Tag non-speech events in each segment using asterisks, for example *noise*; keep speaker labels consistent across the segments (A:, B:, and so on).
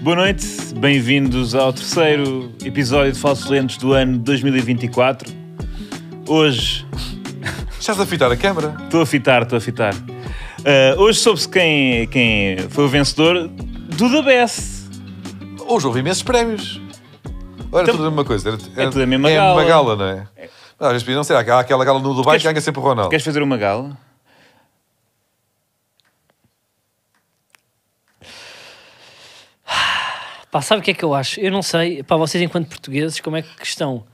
A: Boa noite, bem-vindos ao terceiro episódio de Falsos Lentes do ano 2024. Hoje,
B: Estás a fitar a câmara?
A: estou a fitar, estou a fitar. Ah, hoje soube-se quem, quem foi o vencedor do The Best.
B: Hoje houve imensos prémios. Ou era
A: Então,
B: tudo a mesma coisa? Era, era-
A: tudo a mesma
B: é
A: gala.
B: uma gala, não é? Não, às vezes pediam, sei lá, há aquela gala no Dubai
A: Queres-
B: que ganha sempre o Ronaldo.
A: Queres fazer uma gala?
C: Pá, sabe o que é que eu acho? Eu não sei, para vocês enquanto portugueses, como é que estão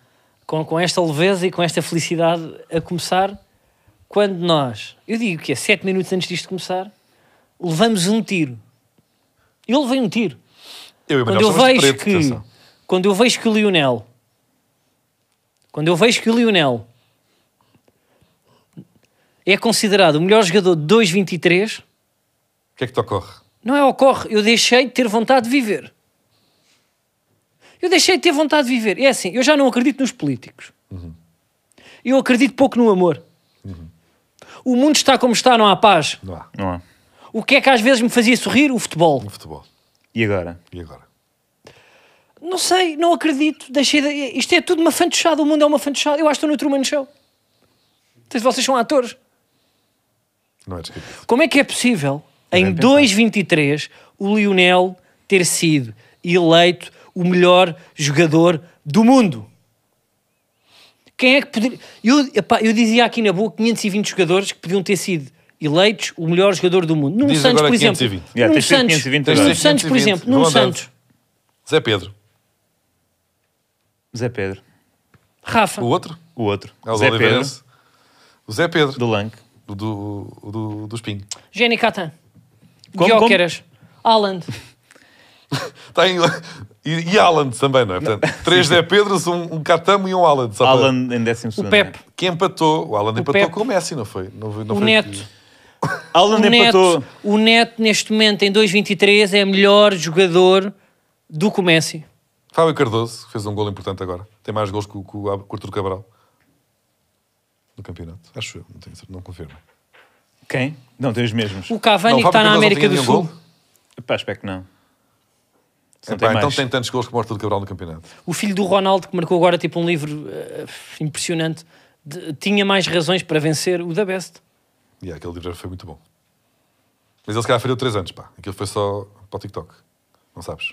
C: com, com esta leveza e com esta felicidade a começar quando nós, eu digo que é 7 minutos antes disto começar, levamos um tiro. Eu levei um tiro.
B: Eu e o
C: Quando
B: Manuel
C: eu
B: somos de
C: vejo
B: preto,
C: que
B: atenção.
C: quando eu vejo que o Lionel quando eu vejo que o Lionel é considerado o melhor jogador de 2.23,
B: O que é que te ocorre?
C: não é ocorre, eu deixei de ter vontade de viver. Eu deixei de ter vontade de viver. É assim, eu já não acredito nos políticos. Eu acredito pouco no amor. O mundo está como está, não há paz.
B: Não há.
A: Não há.
C: O que é que às vezes me fazia sorrir? O futebol.
B: No futebol.
A: E agora?
B: E agora?
C: Não sei, não acredito. Deixei de... Isto é tudo uma fantochada, o mundo é uma fantochada. Eu acho que estou no Truman Show. Então, Vocês são atores.
B: Não é descrito.
C: Como é que é possível,
A: Nem
C: em
A: pensar.
C: 2023, o Lionel ter sido eleito o melhor jogador do mundo? Quem é que poderia. Eu, epá, eu dizia aqui na boa 520 jogadores que podiam ter sido eleitos o melhor jogador do mundo. Nuno
B: Diz
C: Santos,
B: agora
C: por exemplo.
B: 520.
A: Yeah,
C: Nuno
A: tens de ter
C: Santos,
A: 520 agora.
C: Nuno Santos, por
B: 520.
C: exemplo. Nuno
B: Vou andando.
C: Santos.
B: Zé Pedro.
A: Zé Pedro.
C: Rafa.
B: O outro?
A: O outro.
B: É o
A: Zé
B: Zé
A: Pedro.
B: O Zé Pedro.
A: Do Lanque.
B: Do, do, do, do Espinho.
C: Jenny Catan.
A: Como, como?
C: Guioqueras. Haaland.
B: Está Tá em... *laughs* E, e Alan também, não é? Portanto, três Zé Pedros, um, um Catamo e um Alan. só para-
A: Alan em 12
C: O Pepe.
B: Que empatou. O Alan empatou
C: Pepe.
B: com o Messi, não foi? Não, foi- não
C: O
B: foi-
C: Neto.
A: Alan
C: O
A: empatou.
C: Neto, o Neto, neste momento, em 2023, é melhor jogador do que o Messi.
B: Fábio Cardoso fez um gol importante agora. Tem mais gols que o, que o Ab- que o Arturo Cabral. No campeonato. Acho eu. Não, tenho, certeza, não confirmo.
A: Quem? Não, tem os mesmos.
C: O Cavani, que está na América do Sul.
A: Pá, espero que não. Se não
B: Epá,
A: tem
B: então
A: mais.
B: tem tantos gols como o Arturo Cabral no campeonato.
C: O filho do Ronaldo, que marcou agora tipo um livro eh, impressionante, de- tinha mais razões para vencer o da Best.
B: E yeah, aquele livro é, foi muito bom. Mas ele se calhar feriu 3 anos, pá. Aquilo foi só para o TikTok. Não sabes?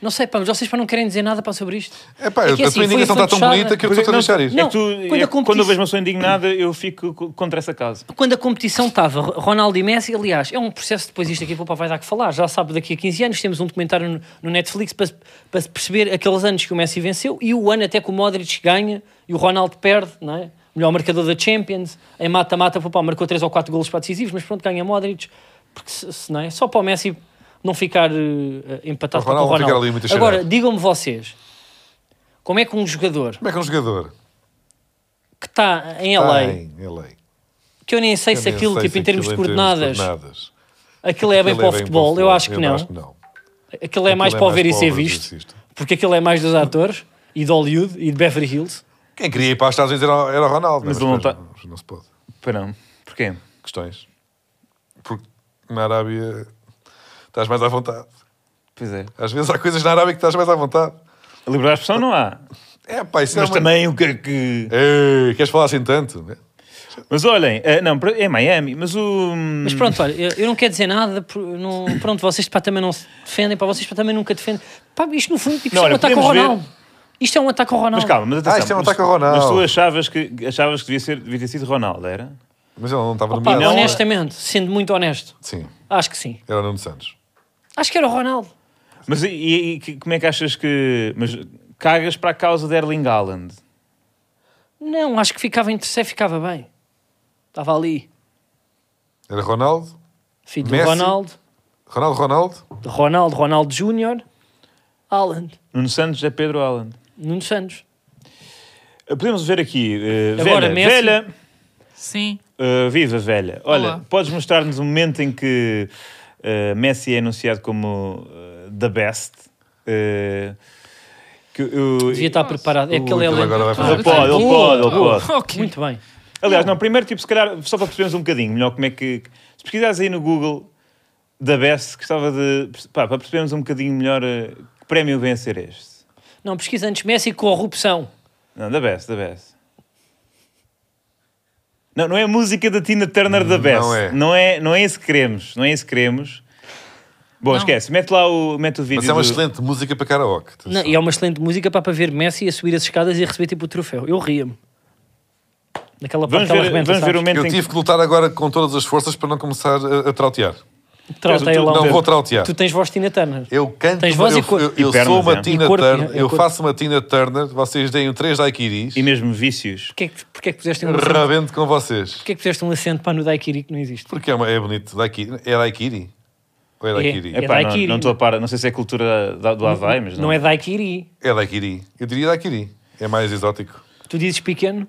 C: Não sei, pá, mas vocês pá, não querem dizer nada pá, sobre isto.
B: É pá, a
C: assim,
B: tua
C: foi
B: indicação está tão
C: fantochada.
B: bonita que eu
A: Porque
B: estou a deixar ir.
A: é
C: Não,
A: que tu-
C: quando a
A: é que quando eu
C: competição-
A: vejo uma pessoa indignada, eu fico co- contra essa causa.
C: Quando a competição estava Ronaldo e Messi, aliás, é um processo, depois isto aqui opa, vai dar que falar, já sabe, daqui a 15 anos temos um documentário no, no Netflix para, se- para se perceber aqueles anos que o Messi venceu e o ano até que o Modric ganha e o Ronaldo perde, não é? Melhor marcador da Champions, em mata-mata, opa, marcou 3 ou 4 golos para decisivos, mas pronto, ganha Modric, porque se, se não é? Só para o Messi não ficar eh, empatado
B: Para o Ronaldo
C: com o
B: ficar ali
C: Ronaldo.
B: muito
C: Agora,
B: cheirado.
C: digam-me vocês, como é que um jogador
B: Como é que é um jogador?
C: que está em LA,
B: Bem, em LA.
C: que eu nem É sei se
B: Eu nem
C: aquilo,
B: sei
C: tipo,
B: se
C: em termos de
B: aquilo
C: coordenadas,
B: coordenadas.
C: Aquilo é bem
B: Aquilo
C: para o futebol, eu acho que
B: Eu
C: não.
B: acho que não.
C: Aquilo é mais
B: Aquilo
C: para o ver e ser
B: ouvir
C: visto, porque aquilo é mais dos atores e de Hollywood e de Beverly Hills.
B: Quem queria ir para os Estados Unidos era, era o Ronaldo, né?
A: Mas
B: mas,
A: ele não
B: não,
A: tá-
B: mas não se pode.
A: Pera, porquê?
B: Questões. Porque na Arábia estás mais à vontade.
A: Pois é.
B: Às vezes há coisas na Arábia que estás mais à vontade.
A: A liberdade de expressão não há.
B: É, pá, isso
A: Mas
B: é uma...
A: também o que é que.
B: Ei, queres falar assim tanto?
A: Mas olhem, eh, não, pra- é Miami, mas o.
C: Mas pronto, olha, eu, eu não quero dizer nada, por- não, pronto, vocês pá, também não se defendem, para vocês pá, também nunca defendem. Pá, isto no fundo tipo,
A: Não,
C: isto é
A: olha,
C: um ataque ao
A: podemos ver-
C: Ronaldo. Isto é um ataque ao Ronaldo.
A: Mas calma, mas atenção.
B: Ah, isto é um
A: mas-
B: ataque ao Ronaldo.
A: Mas tu achavas que, achavas que devia, ser, devia ter sido Ronaldo, era?
B: Mas ele não estava no
C: Pá,
B: meio.
C: honestamente, sendo muito honesto,
B: Sim,
C: acho que sim.
B: era o Nuno Santos.
C: Acho que era o Ronaldo.
A: Mas e, e- e que- como é que achas que. Mas cagas para a causa de Erling Haaland?
C: Não, acho que ficava em terceiro, ficava bem. Estava ali,
B: Era Ronaldo,
C: filho do
B: Messi.
C: Ronaldo,
B: Ronaldo, Ronaldo,
C: de Ronaldo, Ronaldo Júnior, Haaland,
A: Nuno Santos é Pedro Haaland.
C: Nuno Santos.
A: Eh, Podemos ver aqui. eh,
C: Agora,
A: velha,
C: Messi.
A: velha.
D: Sim.
A: Uh, viva, velha. Olha,
D: Olá.
A: podes mostrar-nos o momento em que uh, Messi é anunciado como uh, the best? Uh, que eu-
C: Devia estar preparado. É
B: Ui,
C: que ele é
B: aquilo agora vai
C: lento.
B: fazer Uh,
A: Ele pode, ele pode, ele
D: Boa.
A: pode.
D: Ok.
C: Muito bem.
A: Aliás, não, primeiro, tipo, se calhar, só para percebermos um bocadinho melhor como é que. Se pesquisares aí no Google da Best, gostava de. pá, para percebermos um bocadinho melhor eh, que prémio vem a ser este.
C: Não, pesquisa antes Messi corrupção.
A: Não, da Best, da Best. Não, não é a música da Tina Turner da Best. Não
B: é.
A: é. Não, é, esse que queremos. Não é esse que queremos. Bom,
C: Não.
A: esquece. Mete lá o, mete o vídeo.
B: Mas é uma
A: do-
B: excelente música para karaoke.
C: Não, e é uma excelente música para, para ver Messi a subir as escadas e a receber tipo o troféu. Eu ria-me. Naquela
A: Vamos
C: parte que ela
A: ver-
C: arrebenta,
A: vamos ver
C: sabes?
A: o momento
B: Eu
A: em que-
B: tive que lutar agora com todas as forças para não começar a, a trautear.
C: Trauta
A: Tu-
C: ela.
A: Não,
B: Não vou trautear.
C: Tu tens voz de Tina Turner.
B: Eu canto,
C: Tens voz
B: eu,
C: e cor-
B: eu-
A: e
B: eu
A: pernas,
B: sou uma
A: é?
B: Tina
C: E corpo,
B: Turner,
C: é? É
B: eu
C: corpo.
B: faço uma Tina Turner, vocês deem um 3 daiquiris,
A: E mesmo vícios.
C: Porquê, é que- porquê é que puseste um acento?
B: rabento com vocês.
C: Porquê é que puseste um acento para no Daikiri que não existe?
B: Porque é, uma, é bonito, daiki, é daikiri? Ou é
C: É
B: daikiri?
A: Epá, não-
C: daiquiri.
A: não estou a par. Não sei se é cultura da- do Havaí, mas não.
C: Não é Daikiri.
B: É daikiri. Eu diria daikiri, é mais exótico.
C: Tu dizes pequeno,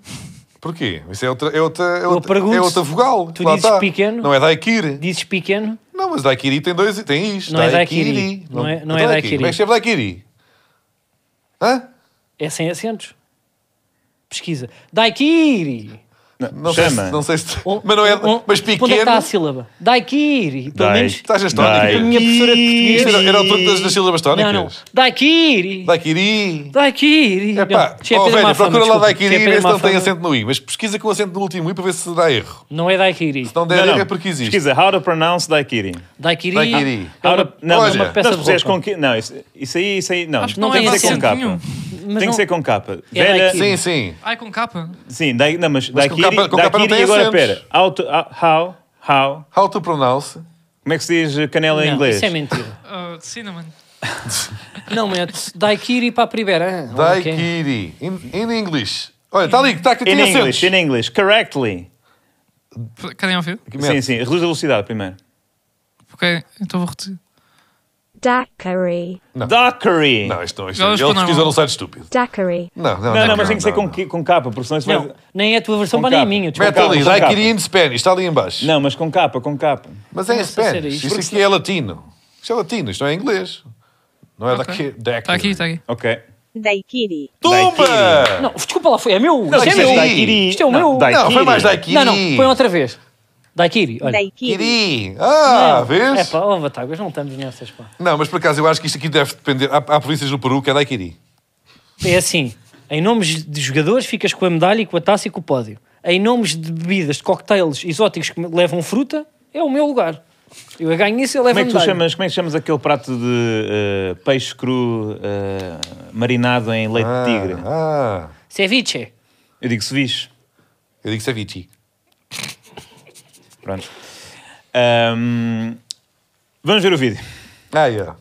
B: Porquê? Isso é outra, é outra, é outra,
C: pergunto
B: é outra vogal.
C: tu
B: Lá
C: dizes
B: está.
C: pequeno?
B: Não é daikiri.
C: dizes pequeno,
B: Não, mas daikiri tem dois, tem isto.
C: Não é daikiri. Não é- não é daikiri.
B: Como é que escreve daikiri? Hã?
C: é sem acentos. Pesquisa. Daikiri.
B: Não sei
A: Chama.
B: se, não sei se *laughs*
C: O-
B: mas não é,
C: o-
B: mas
C: Um, Onde é que
B: pequeno.
C: está a sílaba? Daikiri. Pelo
A: Dai-
C: menos.
B: Estás a história?
A: Dai-
B: A
C: minha professora de português-
B: Isto era, era o truque das, das sílabas tónicas.
C: Não, não. Daikiri.
B: Daikiri.
C: Daikiri.
B: Epá,
A: Então,
C: Não, isto é
B: ó,
C: Pedro
B: velho, procura
C: Mafama,
B: lá
C: desculpa. Isto é
B: Daikiri e
C: Pedro
B: vê se não tem
C: Mafama.
B: acento no i. Mas pesquisa com acento no último i para ver se dá erro.
C: Não é Daikiri.
B: Se não der
A: Não,
B: erro
A: não.
B: é porque existe.
A: Pesquisa. How to pronounce Daikiri.
C: Daikiri.
B: Daikiri.
C: É uma-
A: How to- Não,
B: olha,
A: não,
B: uma
C: peça
A: não, se
C: de
A: puseres
C: roupa.
A: com que- Não, isso, isso aí, isso aí. Não,
D: Acho que
A: não
D: não
A: tem
D: é
A: que ser com
D: acento
A: capa.
D: nenhum.
C: Mas
A: Tem
C: não-
A: que ser com capa.
C: É
A: Velha,
B: Sim,
C: Daikiri.
B: sim.
D: Ai, com capa.
A: Sim, dai, não, mas,
B: Mas com
A: daqui
B: capa- com capa
A: daqui
B: não tem
A: e agora,
B: acentos.
A: pera. How, to- how, how,
B: How to pronounce?
A: como é que se diz canela em
C: Não,
A: inglês?
C: Isso é mentira.
D: Uh, cinnamon.
C: Não, mete Daikiri para a primeira. Ah, ok.
B: Daikiri. In, in English. Olha, está ali, tá, está aqui,
A: In
B: tem
A: English,
B: acentos.
A: in English, correctly.
D: P- Querem ouvir?
A: Sim, sim, reduz a velocidade primeiro.
D: Ok, então vou repetir.
E: Daiquiri.
B: Não.
A: Dockery. Não,
B: Não, isto não, isto
D: Não,
B: não.
D: isto
B: Ele
D: não.
B: pesquisou num site estúpido.
E: Daiquiri.
B: Não, não, não.
A: não, mas tem que ser com,
B: não.
A: que- com capa, porque senão isso vai...
C: Não, nem é a tua versão,
A: Com
C: para nem a
A: capa.
C: minha. desculpa.
B: Mete ali,
A: Com capa.
B: Daikiri in Spanish, está ali em baixo.
A: Não, mas com capa, com capa.
B: Mas é em
C: Não sei se era
B: Spanish.
C: isto.
B: Isto aqui é latino. Isto é latino, isto não é inglês. Não é
D: Ok.
B: daqui.
D: Está Tá aqui, está aqui.
A: Ok.
F: Daikiri.
B: Tumba!
C: Não, desculpa lá, foi. É meu. Isto é
B: isso é
C: meu.
B: Daikiri.
C: Isto é o meu.
B: Não, foi mais daikiri.
C: Não, um não, põe outra vez. Daikiri, olha.
F: Daikiri.
B: Kiri. Ah,
C: Não. É
B: vês?
C: pá, ó, Batagas, não estamos nessas, pá.
B: Não, mas por acaso eu acho que isto aqui deve depender. Há, há províncias no Peru que é daiquiri.
C: É assim, em nomes de jogadores ficas com a medalha e com a taça e com o pódio. Em nomes de bebidas, de cocktails exóticos que levam fruta, é o meu lugar. Eu ganho isso e eu levo
A: Como é, que
C: a
A: tu
C: medalha.
A: chamas, como é que chamas aquele prato de eh, peixe cru eh, marinado em leite É de tigre?
B: Ah, ah.
C: Ceviche.
A: Eu digo ceviche.
B: eu digo ceviche.
A: Pronto. Ahm, vamos ver o vídeo.
B: Ah, yeah.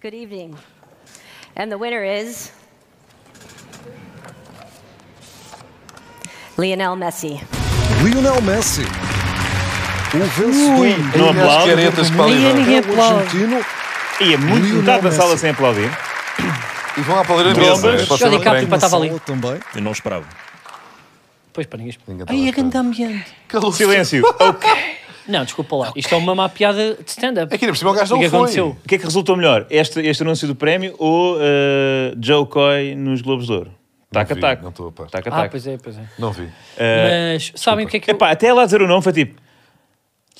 G: Good evening. And the winner is Lionel Messi.
H: Lionel Messi. O vencedor
A: Ui,
H: do
A: não
H: melhor
A: aplaude.
H: jogador do
B: Caretas
H: mundo
B: para
H: é
C: ninguém
H: o
C: aplaude.
H: argentino.
A: E é muito
H: Lionel
A: metade da
H: Messi.
A: sala sem aplaudir.
B: E vão aplaudir a né?
A: Trombas.
B: mesa. Pode ser
C: Jordi
B: muito
C: Capri
B: bem.
C: para estava ali. Tá
H: Sala também.
I: Eu não esperava.
C: Pois para ninguém.
B: Ninguém tá estava
C: Ai,
B: à
C: é grande
B: espera.
A: *laughs*
C: ambiente.
H: *laughs*
A: Silêncio. Oh, Ok.
C: Não, desculpa lá. Isto é uma má piada de stand-up.
B: Aqui, por cima, o gajo
C: O que
B: não foi.
C: aconteceu?
A: É O que é que resultou melhor? Este, este anúncio do prémio ou eh, Joe Coy nos Globos de Ouro? Taca,
B: vi,
A: taca.
B: não estou a par.
A: Taca,
C: Ah,
A: taca.
C: pois é, pois é.
B: Não vi.
C: Mas sabem o que é que eu...
A: Epá, até ela dizer o nome foi tipo...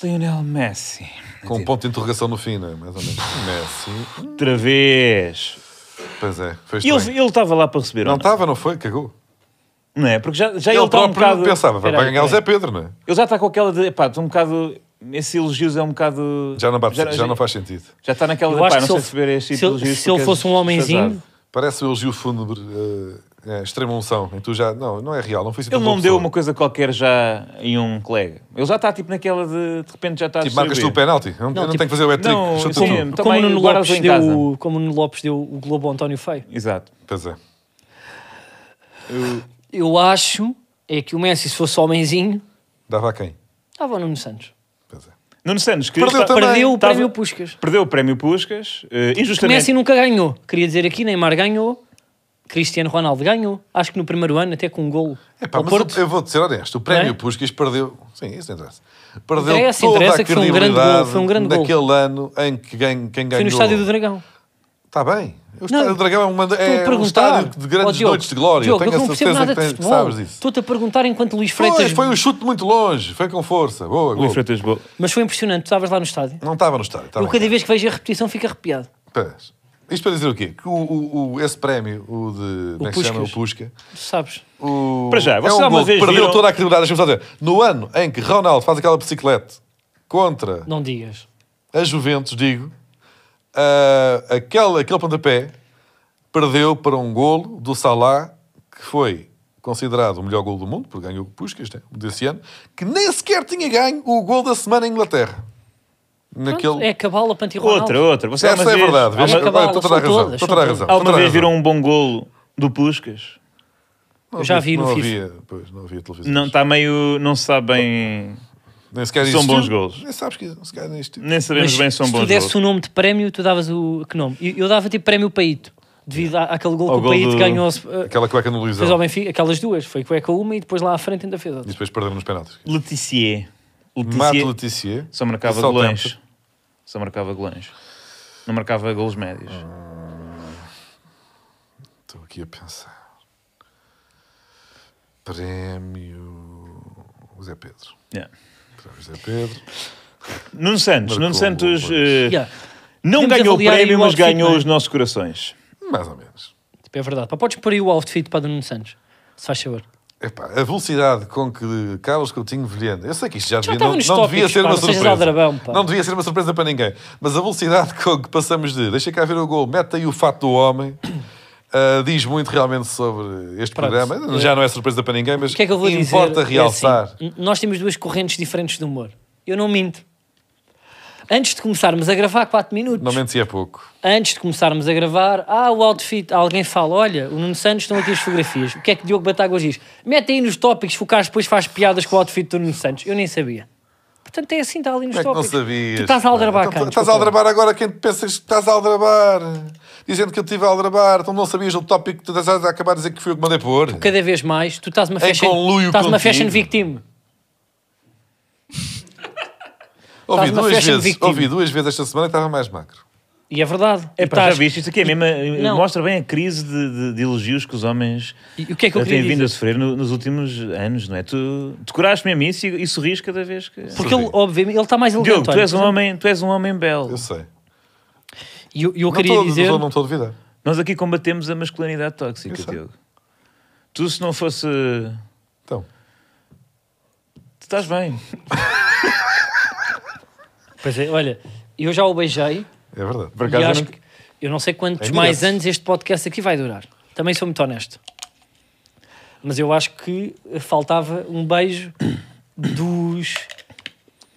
A: Lionel Messi.
B: Com um ponto de interrogação no fim, né? Mais ou menos. Messi.
A: Outra vez.
B: Pois é, foi
A: E ele
B: estranho.
A: ele estava lá para receber, ou
B: Não
A: não,
B: estava, não foi? Cagou.
A: Não é? Porque já, já ele
B: Ele
A: está um bocado...
B: próprio pensava, vai
C: Peraí,
B: vai ganhar o Zé
C: peraí.
B: Pedro, não é?
A: Ele já está com aquela de... Epá, estou um bocado... Esses elogios é um bocado...
B: Já não, bate- já não faz sentido.
A: Já está naquela de...
C: Eu acho
A: Pá,
C: que
A: não
C: se
A: sei
C: ele,
A: se ver este
C: se
A: tipo de
C: ele-
A: elogios
C: se ele
A: porque
C: fosse um
A: és
C: homenzinho...
A: chazado.
B: Parece o elogio fúnebre, eh, eh, extrema unção. Em tu já. Não, não é real, não foi
A: Ele
B: assim para
A: não
B: uma
A: me deu
B: pessoa.
A: uma coisa qualquer já em um colega. Ele já está tipo naquela de... De repente já está a
B: Tipo, marcas tu o
A: distribuir.
B: penalti. Não, não
C: tipo,
B: tem que fazer o hat-trick.
A: não,
B: Chuta
A: sim, Também
B: tu.
C: Como o Nuno
A: guardas
C: Lopes
A: em casa.
C: deu- como o Nuno Lopes deu o Globo ao António Feio.
A: Exato.
B: Pois é.
C: Eu acho é que o Messi, se fosse homenzinho,
B: Dava a quem?
C: estava no Nuno Santos.
B: Pois é.
A: Nuno Santos, que
B: Perdeu
A: está-
B: Também
C: Perdeu o
A: estava-
C: prémio Puscas.
A: Perdeu o prémio Puscas, eh,
C: Que
A: injustamente.
C: Messi nunca ganhou. Queria dizer aqui, Neymar ganhou, Cristiano Ronaldo ganhou, acho que no primeiro ano até com um golo.
B: Epá,
C: ao
B: mas
C: Porto.
B: eu, eu vou-te ser honesto. O prémio
C: Não é?
B: Puskas perdeu. Sim, isso não interessa. Perdeu
C: Interessa,
B: toda
C: interessa
B: a
C: que foi um grande
B: credibilidade
C: gol, foi um grande gol.
B: daquele ano em que ganho, quem ganhou.
C: Foi no Estádio do Dragão.
B: Está bem. O
C: Não,
B: Estádio do Dragão é, uma,
C: Estou a
B: é um
C: perguntar.
B: estádio de grandes
C: Oh, Diogo,
B: noites de glória.
C: Diogo,
B: Tenho
C: eu não
B: a
C: percebo
B: certeza
C: nada
B: que
C: de
B: tens-
C: futebol.
B: sabes disso.
C: Estou-te a perguntar enquanto Luís Freitas.
B: Pois, foi um chute muito longe. Foi com força. Boa,
A: Luís
B: gol.
A: Freitas Gol.
C: Mas foi impressionante, tu estavas lá no estádio.
B: Não estava no estádio. Tá
C: eu
B: bem.
C: cada vez que vejo a repetição fico arrepiado.
B: Pés. Isto para dizer o quê? Que o, o- o- esse prémio, o de. Como é que se chama? O Pusca.
C: Tu sabes?
B: O,
A: Para já,
B: é
A: vocês
B: um
A: alguma
B: gol que
A: vez
B: perdeu
A: viram-
B: toda a credibilidade. Deixa-me só dizer. No ano em que Ronaldo faz aquela bicicleta contra
C: Não digas.
B: a Juventus, digo, ah, aquele, aquele pontapé perdeu para um golo do Salah, que foi considerado o melhor golo do mundo, porque ganhou o Puskas né, desse ano, que nem sequer tinha ganho o gol da semana em Inglaterra.
C: Pronto, É
B: Naquele...
C: a cabala para anti-Ronaldo.
A: Outra, outra. Você
B: Essa
A: alguma
B: é a
A: vez-
B: verdade. vês?
C: Olha,
B: Agora
C: cabala,
B: estou
C: são
B: toda a razão.
C: todas,
B: Estou toda a
C: são
B: razão.
C: todas.
B: estou
A: Alguma
B: toda a
A: vez
B: razão.
A: viram um bom golo do Puscas?
B: Não
C: já
B: havia-
C: vi no
B: não
C: FIFA.
B: havia, pois, não havia televisão.
A: Não, está meio... Não se sabe bem...
B: Nem sequer
A: São
B: existiu.
A: bons golos.
B: Nem sabes que nem sequer nem existiu.
A: Nem sabemos
C: Mas
A: bem se são
C: se tu
A: bons
C: desse
A: golos.
C: o nome de prémio, tu davas o. Que nome? Eu, eu dava tipo prémio Paito, devido à- àquele gol
A: Ao
C: que o
A: gol
C: Paito
A: do-
C: ganhou. eh,
B: Aquela cueca no Luizão.
C: Fez ao Benfica, aquelas duas. Foi cueca uma e depois lá à frente ainda fez
B: E
C: outra.
B: depois perdemos nos penaltis.
A: Letizier.
B: Mato
A: Letizier.
B: Letizier.
A: Só marcava
B: Southampton.
A: golões. Só marcava golões. Não marcava golos médios.
B: Estou aqui a pensar. Prémio José Pedro.
A: Yeah.
B: Prémio José Pedro.
A: Nuno Santos.
B: Marcou
A: Nuno Santos
B: golos.
A: eh,
C: Yeah.
A: não
C: Podemos
A: ganhou o
C: avaliar aí
A: prémio,
C: o
A: mas
C: outfit,
A: ganhou
C: não é?
A: os nossos corações.
B: Mais ou menos.
C: Tipo, é verdade. Pá, podes pôr aí o outfit para Nuno Santos. Se faz favor.
B: Epá, a velocidade com que Carlos Coutinho Vilhena. Eu sei que isto já, devia,
C: estava
B: não,
C: nos
B: não devia
C: tópicos,
B: ser
C: pá,
B: uma
C: não sejas
B: surpresa.
C: aldrabão, pá.
B: não devia ser uma surpresa para ninguém. Mas a velocidade com que passamos de deixa cá ver o gol, mete aí o fato do homem. *coughs* ah, diz muito realmente sobre este
C: Pronto.
B: programa. Já não é surpresa para ninguém, mas
C: O que é que eu vou dizer?
B: importa
C: É assim,
B: realçar.
C: n- nós temos duas correntes diferentes de humor. Eu não minto. Antes de começarmos a gravar 4 minutos,
B: Normalmente se é pouco.
C: antes de começarmos a gravar, ah, o outfit, alguém fala, olha, o Nuno Santos estão aqui as fotografias. O que é que Diogo Batáguas diz? Mete aí nos tópicos, o Carlos depois faz piadas com o outfit do Nuno Santos. Eu nem sabia. Portanto, é assim, está ali nos
B: Como é que não
C: tópicos.
B: sabias?
C: Tu estás a aldrabar,
B: Então,
C: Carlos.
B: Estás a
C: desculpa.
B: aldrabar agora quem te pensas que estás a aldrabar. Dizendo que eu estive a aldrabar. Então não sabias o tópico que tu estás a acabar de dizer que fui eu que mandei pôr.
C: Cada vez mais, tu estás uma fashion,
B: É conluio
C: estás uma
B: contigo.
C: fashion victim.
B: Ouvi
C: estás uma
B: duas,
C: fashion
B: vezes,
C: victim.
B: ouvi duas vezes esta semana que estava mais magro.
C: E é verdade.
A: É
C: Tu
A: pá, já
C: estás-
A: viste? Isto aqui é mesmo, eh,
C: Não.
A: mostra bem a crise de, de- de elogios que os homens
C: E o que é que eu
A: eh, têm
C: queria
A: vindo
C: dizer?
A: a sofrer no- nos últimos anos, não é? Tu decoraste mesmo isso e, e sorris cada vez que.
C: Porque ele,
B: Sorri.
C: obviamente, ele está mais elegante.
A: Diogo, tu
C: olha.
A: és, um homem, tu és um homem belo.
B: Eu sei.
C: E eu, eu
B: não um
C: queria
B: estou, a-
C: dizer...
B: não estou a duvidar.
A: Nós aqui combatemos a masculinidade tóxica,
B: Eu sei.
A: Diogo. Tu, se não fosse.
B: Então,
A: Tu estás bem.
C: Pois é, olha, eu já o beijei
B: é verdade.
A: Por
C: e
A: acaso, eu
C: acho
A: não-
C: que eu não sei quantos
B: É
C: mais
B: direto.
C: anos este podcast aqui vai durar. Também sou muito honesto. Mas eu acho que faltava um beijo
B: *coughs*
C: dos,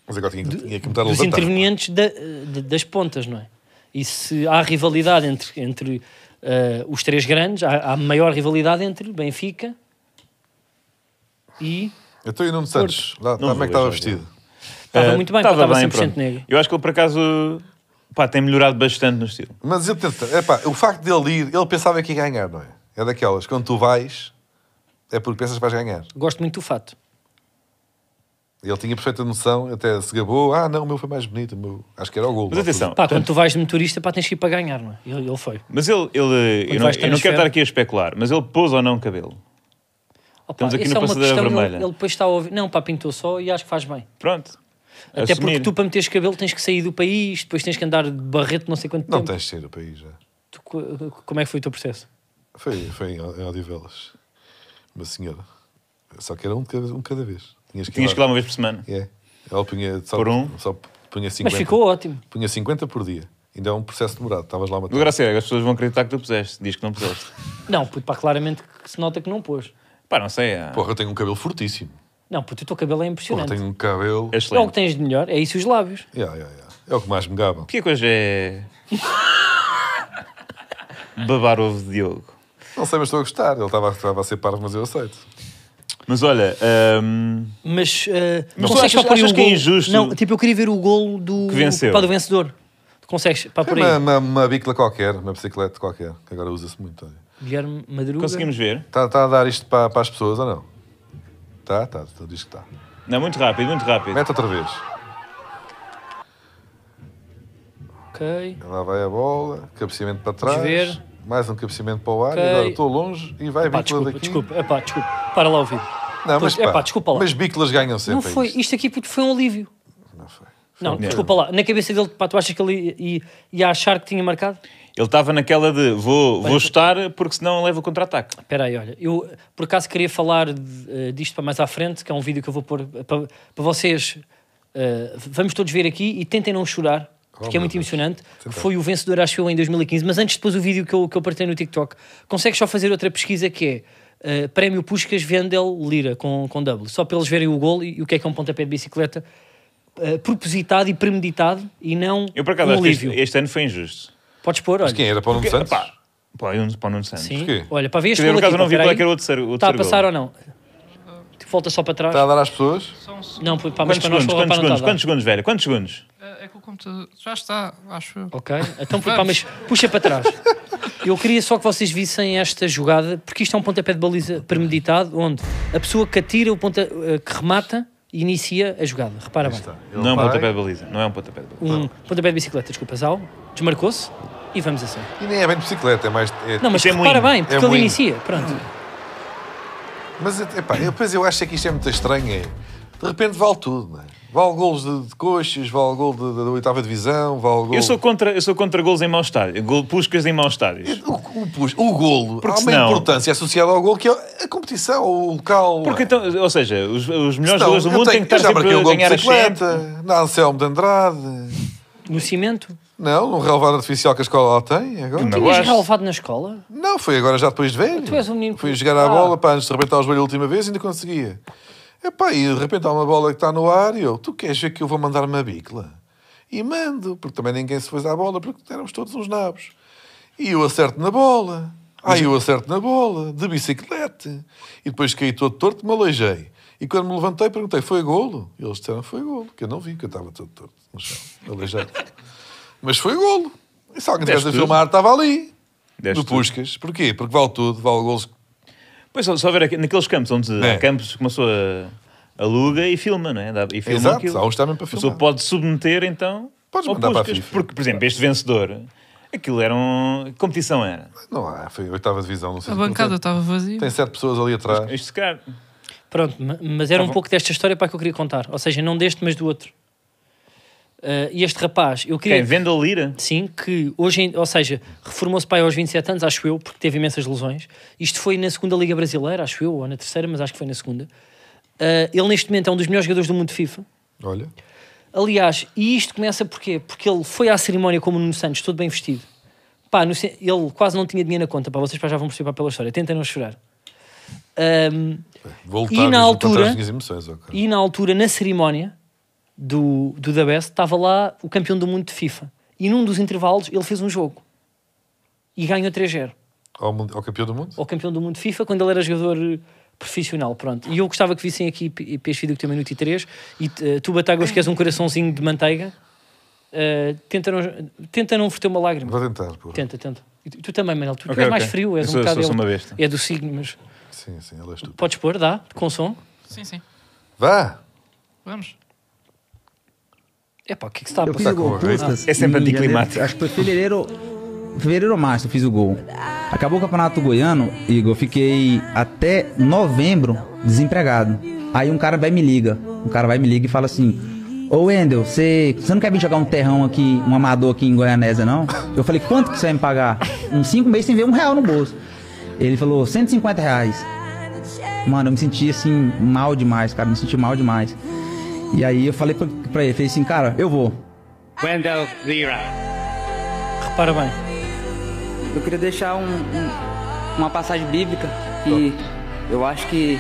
B: Mas agora tinha, tinha que me dar a
C: dos
B: levantar.
C: intervenientes da- de- das pontas, não é? E se há rivalidade entre, entre eh, os três grandes, há, há maior rivalidade entre Benfica e.
B: Eu estou aí Nuno Santos. Lá,
A: Não
B: como é que
A: vou
B: estava
A: beijar,
B: vestido?
C: Estava
A: Eh,
C: muito bem, pá,
A: estava
C: estava
A: bem,
C: 100%
A: pronto.
C: negro.
A: Eu acho que ele, por acaso, pá, tem melhorado bastante no estilo.
B: Mas eu tento, epá, o facto dele ir, ele pensava que ia ganhar, não é? É daquelas. Quando tu vais, é porque pensas que vais ganhar.
C: Gosto muito do fato.
B: Ele tinha perfeita noção, até se gabou. Ah, não, o meu foi mais bonito. o meu- Acho que era o gol.
A: Mas atenção.
C: Pá, quando tu vais de motorista, pá, tens que ir para ganhar, não é? Ele, ele foi.
A: Mas ele. ele eu, não,
C: vais
A: eu não
C: transfer-
A: quero estar aqui a especular, mas ele pôs ou não cabelo.
C: Opa,
A: Estamos aqui
C: isso
A: na
C: é uma
A: passadeira
C: questão,
A: vermelha.
C: Ele, ele depois está a ouvir. Não, pá, pintou só e acho que faz bem.
A: Pronto.
C: Até porque
A: Assumir.
C: tu, para meteres cabelo, tens que sair do país, depois tens que andar de barreto não sei quanto
B: Não
C: tempo.
B: tens de ser o país já.
C: Tu co- como é que foi o teu processo?
B: Foi, foi em em Odivelas. Uma senhora. Só que era um de cada, um de cada vez. Tinhas que,
A: Tinhas que ir
B: lá.
A: lá uma vez por semana.
B: É. Ela punha só,
A: Por um?
B: só punha 50.
C: Mas ficou ótimo.
B: Punha 50 por dia. Ainda é um processo demorado. Estavas lá uma
A: Do graça é, as pessoas vão acreditar que tu puseste. Diz que não puseste.
C: Não, puto, pá, claramente que se nota que não pôs.
A: Pá, não sei. É,
B: Porra, eu tenho um cabelo fortíssimo.
C: Não, puto, o teu cabelo é
B: Porra,
C: impressionante.
B: tenho um cabelo.
A: é
C: É o que
A: excelente.
C: tens de melhor, é isso e os lábios.
B: Yeah, yeah, yeah. É o que mais me gabam.
A: Porquê que hoje é. *laughs* Babar ovo de Diogo.
B: Não sei, mas estou a gostar. Ele estava, estava a ser parvo, mas eu aceito.
A: Mas olha, hum,
C: Mas, eh,
A: Mas tu
C: consegues
A: achas-
C: só pôr aí
A: achas
C: o
A: que é
C: golo-
A: injusto?
C: Não, tipo, eu queria ver o golo do,
A: Que venceu.
C: pá, do vencedor. Tu consegues, pá, por aí.
B: Uma, uma, uma bicla qualquer, uma bicicleta qualquer, que agora usa-se muito. olha.
C: Guilherme Madruga.
A: conseguimos ver?
B: Está está Tá, a dar isto para, para as pessoas ou não? Está, está, diz que tá. está.
A: Não, muito rápido, muito rápido.
B: Mete outra vez.
C: Ok.
B: Lá vai a bola, cabeceamento para trás.
C: Desver.
B: Mais um cabeceamento para o ar.
C: Ok.
B: Agora estou longe e vai
C: Pá,
B: bicla
C: desculpa,
B: daqui.
C: desculpa, epá, desculpa. Para lá o vídeo.
B: Não, mas,
C: Pois,
B: pá,
C: epá, desculpa lá.
B: mas biclas ganham sempre. é
C: Não
B: a
C: foi,
B: isto.
C: isto aqui puto, foi um alívio.
B: Não foi. um
C: Não, desculpa lá. Na cabeça dele, pá, tu achas que ele ia, ia- ia achar que tinha marcado?
A: Ele estava naquela de vou, vou chutar porque senão leva o contra-ataque.
C: Espera aí, olha, eu por acaso queria falar de- eh, disto para mais à frente, que é um vídeo que eu vou pôr eh, para, para vocês. eh, vamos todos ver aqui e tentem não chorar, porque é
B: Oh, meu
C: muito
B: Deus.
C: emocionante. que Foi o vencedor, acho eu, em 2015. Mas antes, depois, o vídeo que eu, que eu partei no TikTok, consegues só fazer outra pesquisa que é. eh, prémio Puscas Vendel Lira com, com W, só para eles verem o gol e, e o que é que é um pontapé de bicicleta eh, propositado e premeditado e não
A: Eu, por acaso,
C: um
A: acho que este,
C: alívio.
A: este ano foi injusto.
C: Podes pôr, olha.
B: Mas quem era para o Nuno
A: Porque,
B: Santos?
A: pá, Para o Nuno- para o Nuno Santos.
C: Sim.
B: Porquê?
C: Olha, para ver este
A: Quer dizer,
C: gol
A: por acaso
C: aqui,
A: não vi
C: pá,
A: qual é
C: peraí.
A: que era o terceiro- o
C: Está a
A: terceiro
C: passar
A: gol.
C: ou não? Tu volta só para trás.
B: Está a dar às pessoas?
D: Só um segundo.
C: Não, pá, mas
A: Quantos
C: para nós
A: segundos?
C: para lá
A: Quantos
C: para não
A: segundos?
C: estar a
A: Quantos segundos, velho? Quantos segundos?
D: É é que o computador já está, acho eu.
C: dar. Ok, então puto, pá, mas puxa para trás. Eu queria só que vocês vissem esta jogada, porque isto é um pontapé de baliza premeditado, onde a pessoa que atira, o ponta, eh, que remata, inicia a jogada. Repara bem.
A: não é um
B: Tá. vai.
A: pontapé de baliza. Não é um pontapé de baliza.
C: Um pontapé de bicicleta, desculpa, Zal, desmarcou-se e vamos assim.
B: E nem é bem de bicicleta, é mais. é-
C: Não, mas
A: Isto é
C: repara
A: moinho,
C: bem,
B: é
C: porque ele
B: moinho.
C: inicia. Pronto.
B: Mas, epá, eu, depois eu acho é que isto é muito estranho. É, de repente vale tudo, não é? Vale golos de, de coxas, vale gol de- de- da oitava divisão, vale gol...
A: Eu sou contra, eu sou contra golos em mau estádio. Gol, puscas em maus estádios.
B: O, o, pus- o golo
A: Porque
B: há uma
A: senão-
B: importância associada ao golo que é a competição, o local. não é?
A: Porque então, ou seja, os, os melhores
B: Senão,
A: jogadores do
B: eu
A: mundo têm
B: tenho-
A: que estar
B: eu já
A: sempre
B: marquei
A: a
B: o gol de
A: ganhar a Champions.
B: bicicleta, na Anselmo de Andrade.
C: No cimento.
B: Não, no relevado artificial que a escola lá tem agora.
A: Não.
B: Não,
C: Tinhas
A: acho.
C: relevado na escola?
B: foi agora já depois de velho.
C: Tu és um menino-
B: Fui jogar à
C: Ah.
B: bola para antes de arrebentar os joelho a última vez e ainda conseguia. Epá, e de repente há uma bola que está no ar e eu, tu queres ver que eu vou mandar uma bicla? E mando, porque também ninguém se fez à bola, porque éramos todos uns nabos. E eu acerto na bola. Ah, eu acerto na bola, de bicicleta. E depois caí todo torto, me aleijei. E quando me levantei, perguntei, foi golo? E eles disseram, foi golo, que eu não vi, que eu estava todo torto no chão,
C: *laughs*
B: aleijado. Mas foi golo. E se alguém tivesse a
A: Deste
B: filmar, estava ali.
A: Deste
B: no
A: tudo.
B: Puscas. Porquê? Porque vale tudo, vale golos.
A: Pois só, só ver aqui- naqueles campos onde
B: É.
A: há campos que uma pessoa aluga e filma, não é? Dá- E filma
B: Exato,
A: aquilo.
B: há uns também para
A: A pessoa
B: filmar.
A: pode submeter então
B: Podes
A: ao
B: mandar para a
A: Puskas.
B: FIFA.
A: Porque, por exemplo, este vencedor, aquilo era um. que competição era.
B: Não há, foi a oitava divisão, não sei
D: A
B: se não
D: bancada
B: sei.
D: estava vazia.
B: Tem sete pessoas ali atrás.
A: Isto se calhar.
C: Pronto, ma- mas era um pouco desta história para que eu queria contar. Ou seja, não deste, mas do outro. Ah, e este rapaz, eu queria.
A: Quem vende a lira?
C: Sim, que hoje, em- ou seja, reformou-se pai aos 27 anos, acho eu, porque teve imensas lesões. Isto foi na segunda Liga Brasileira, acho eu, ou na terceira, mas acho que foi na segunda. Ah, ele neste momento é um dos melhores jogadores do mundo de FIFA.
B: Olha.
C: Aliás, e isto começa porquê? Porque ele foi à cerimónia como o Nuno Santos, todo bem vestido. Pá, no ce- ele quase não tinha dinheiro na conta, para vocês pá, já vão perceber pela história. Tentem não chorar. Ahm,
B: Voltar,
C: E na
B: mas voltar
C: altura-
B: atrás das minhas emoções, ó, cara.
C: e na altura, na cerimónia do, do The Best, estava lá o campeão do mundo de FIFA. E num dos intervalos ele fez um jogo. E ganhou 3-0.
B: Ao, mundo- ao campeão do mundo?
C: Ao campeão do mundo de FIFA, quando ele era jogador eh, profissional, pronto. E eu gostava que vissem aqui p- para este vídeo que tem um minuto e três. E eh, tu, Batagos, que és um coraçãozinho de manteiga, eh, tenta, não, tenta não verter uma lágrima.
B: Vou tentar, pô.
C: Tenta, tenta. E tu, tu também, Manel. Tu, tu
A: Ok,
C: és mais
A: ok.
C: frio, és
A: Eu
C: um
A: sou-
C: bocado...
A: sou- sou
C: é o-
A: uma besta.
C: É do signo, mas...
B: Sim, sim, ele é estúpido.
C: Podes pôr, dá, com som.
D: Sim, sim.
B: Vá!
D: Vamos.
C: Epá, o que é que se está a
F: Eu fiz
C: passar?
B: Tá
F: o
B: com
F: gol
B: a raiva.
F: Puskas
A: É sempre
F: em-
A: anticlimático.
F: Acho que foi fevereiro, fevereiro ou março eu fiz o gol. Acabou o campeonato goiano, Igor, eu fiquei até novembro desempregado. Aí um cara vai e me liga. Um cara vai e me liga e fala assim: Ô Wendel, você você não quer vir jogar um terrão aqui, um amador aqui em Goianésia, não? Eu falei: quanto que você vai me pagar? Uns cinco meses sem ver um real no bolso. Ele falou: 150 reais. Mano, eu me senti assim, mal demais, cara. Me senti mal demais. E aí eu falei pra, pra ele, falei assim, cara, eu vou.
I: Wendell Lira.
C: Repara bem.
J: Eu queria deixar um- um- uma passagem bíblica que eu acho que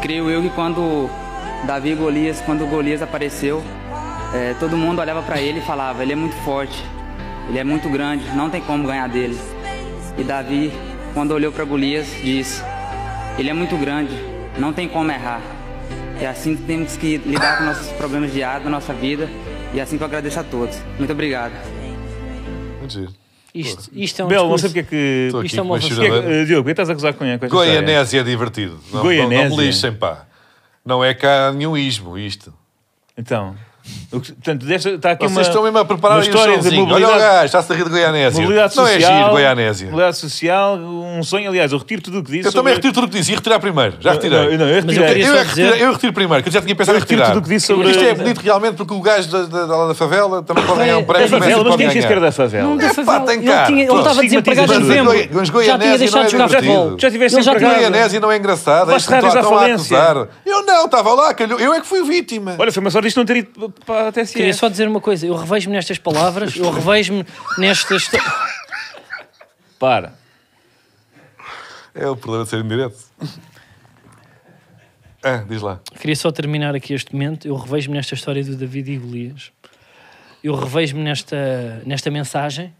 J: creio eu que quando Davi e Golias, quando Golias apareceu, eh, todo mundo olhava para ele e falava: ele é muito forte, ele é muito grande, não tem como ganhar dele. E Davi, quando olhou para Golias, disse: ele é muito grande, não tem como errar. É assim que temos que lidar com nossos problemas diários da nossa vida. E é assim que eu agradeço a todos. Muito obrigado.
B: Muito giro.
C: Isto, isto é um
A: Belo, não sei
C: discurso-
A: porque é que.
B: Estou
A: Porque
B: aqui
C: é
B: com
C: uma
B: uma
C: ofensa.
A: é que-
B: choradeira.
A: eh, Diogo, o que é que estás a acusar com esta história?
B: Goianésia é divertido. Não, não, não
A: Goianésia.
B: me lixem, pá. Não é cá nenhum ismo, isto.
A: Então. O que- Portanto, desta, está aqui
B: Vocês
A: uma,
B: estão mesmo a preparar
A: uma
B: aí o
A: história de
B: showzinho. Olha o
A: mobilidade,
B: gajo, está-se a rir de Goianésia.
A: mobilidade
B: Não é
A: social.
B: giro, Goianésia.
A: Mobilidade social, um sonho. Aliás, eu retiro tudo o que disse.
B: Eu também
A: sobre-
B: retiro tudo o que disse. Ia retirar primeiro. Já retirei.
A: é- Não, não, eu
C: Mas eu
A: retirei.
C: queria
B: Eu,
C: só
B: é que retiro-
C: dizer-
B: eu retiro primeiro, que eu já tinha pensado
A: Eu
B: em
A: retiro
B: retirar.
A: tudo o que disse sobre-
B: Isto é bonito realmente porque o gajo da, da- da- da favela também pode ganhar um
A: Da
B: prémio.
A: favela, mas
B: pode
A: quem é que diz que era da
B: ganhar.
A: favela?
B: Epá, tem cara.
C: um- Ele, tinha, ele
B: Todos
C: estava desempregado em
A: estigmatizam.
C: novembro.
B: Mas
C: Já
B: Goianésia
C: tinha deixado
B: não é
C: de jogar
B: divertido.
C: futebol.
A: Já tiveste
C: Ele já tinha-
A: empregado.
B: Goianésia não é engraçada.
A: Vais
B: Isto estão
A: ferradas à
B: estão a
A: falência.
B: acusar. Eu não, estava lá, calhou. Eu é que fui vítima.
A: Olha, foi uma sorte isto não ter ido para a TSE.
C: Queria só dizer uma coisa. Eu revejo-me nestas palavras. eu revejo-me nestas...
A: Para.
B: É o problema de ser indireto. Ah, diz lá.
C: Queria só terminar aqui este momento. Eu revejo-me nesta história do David e Golias. Eu revejo-me nesta, nesta mensagem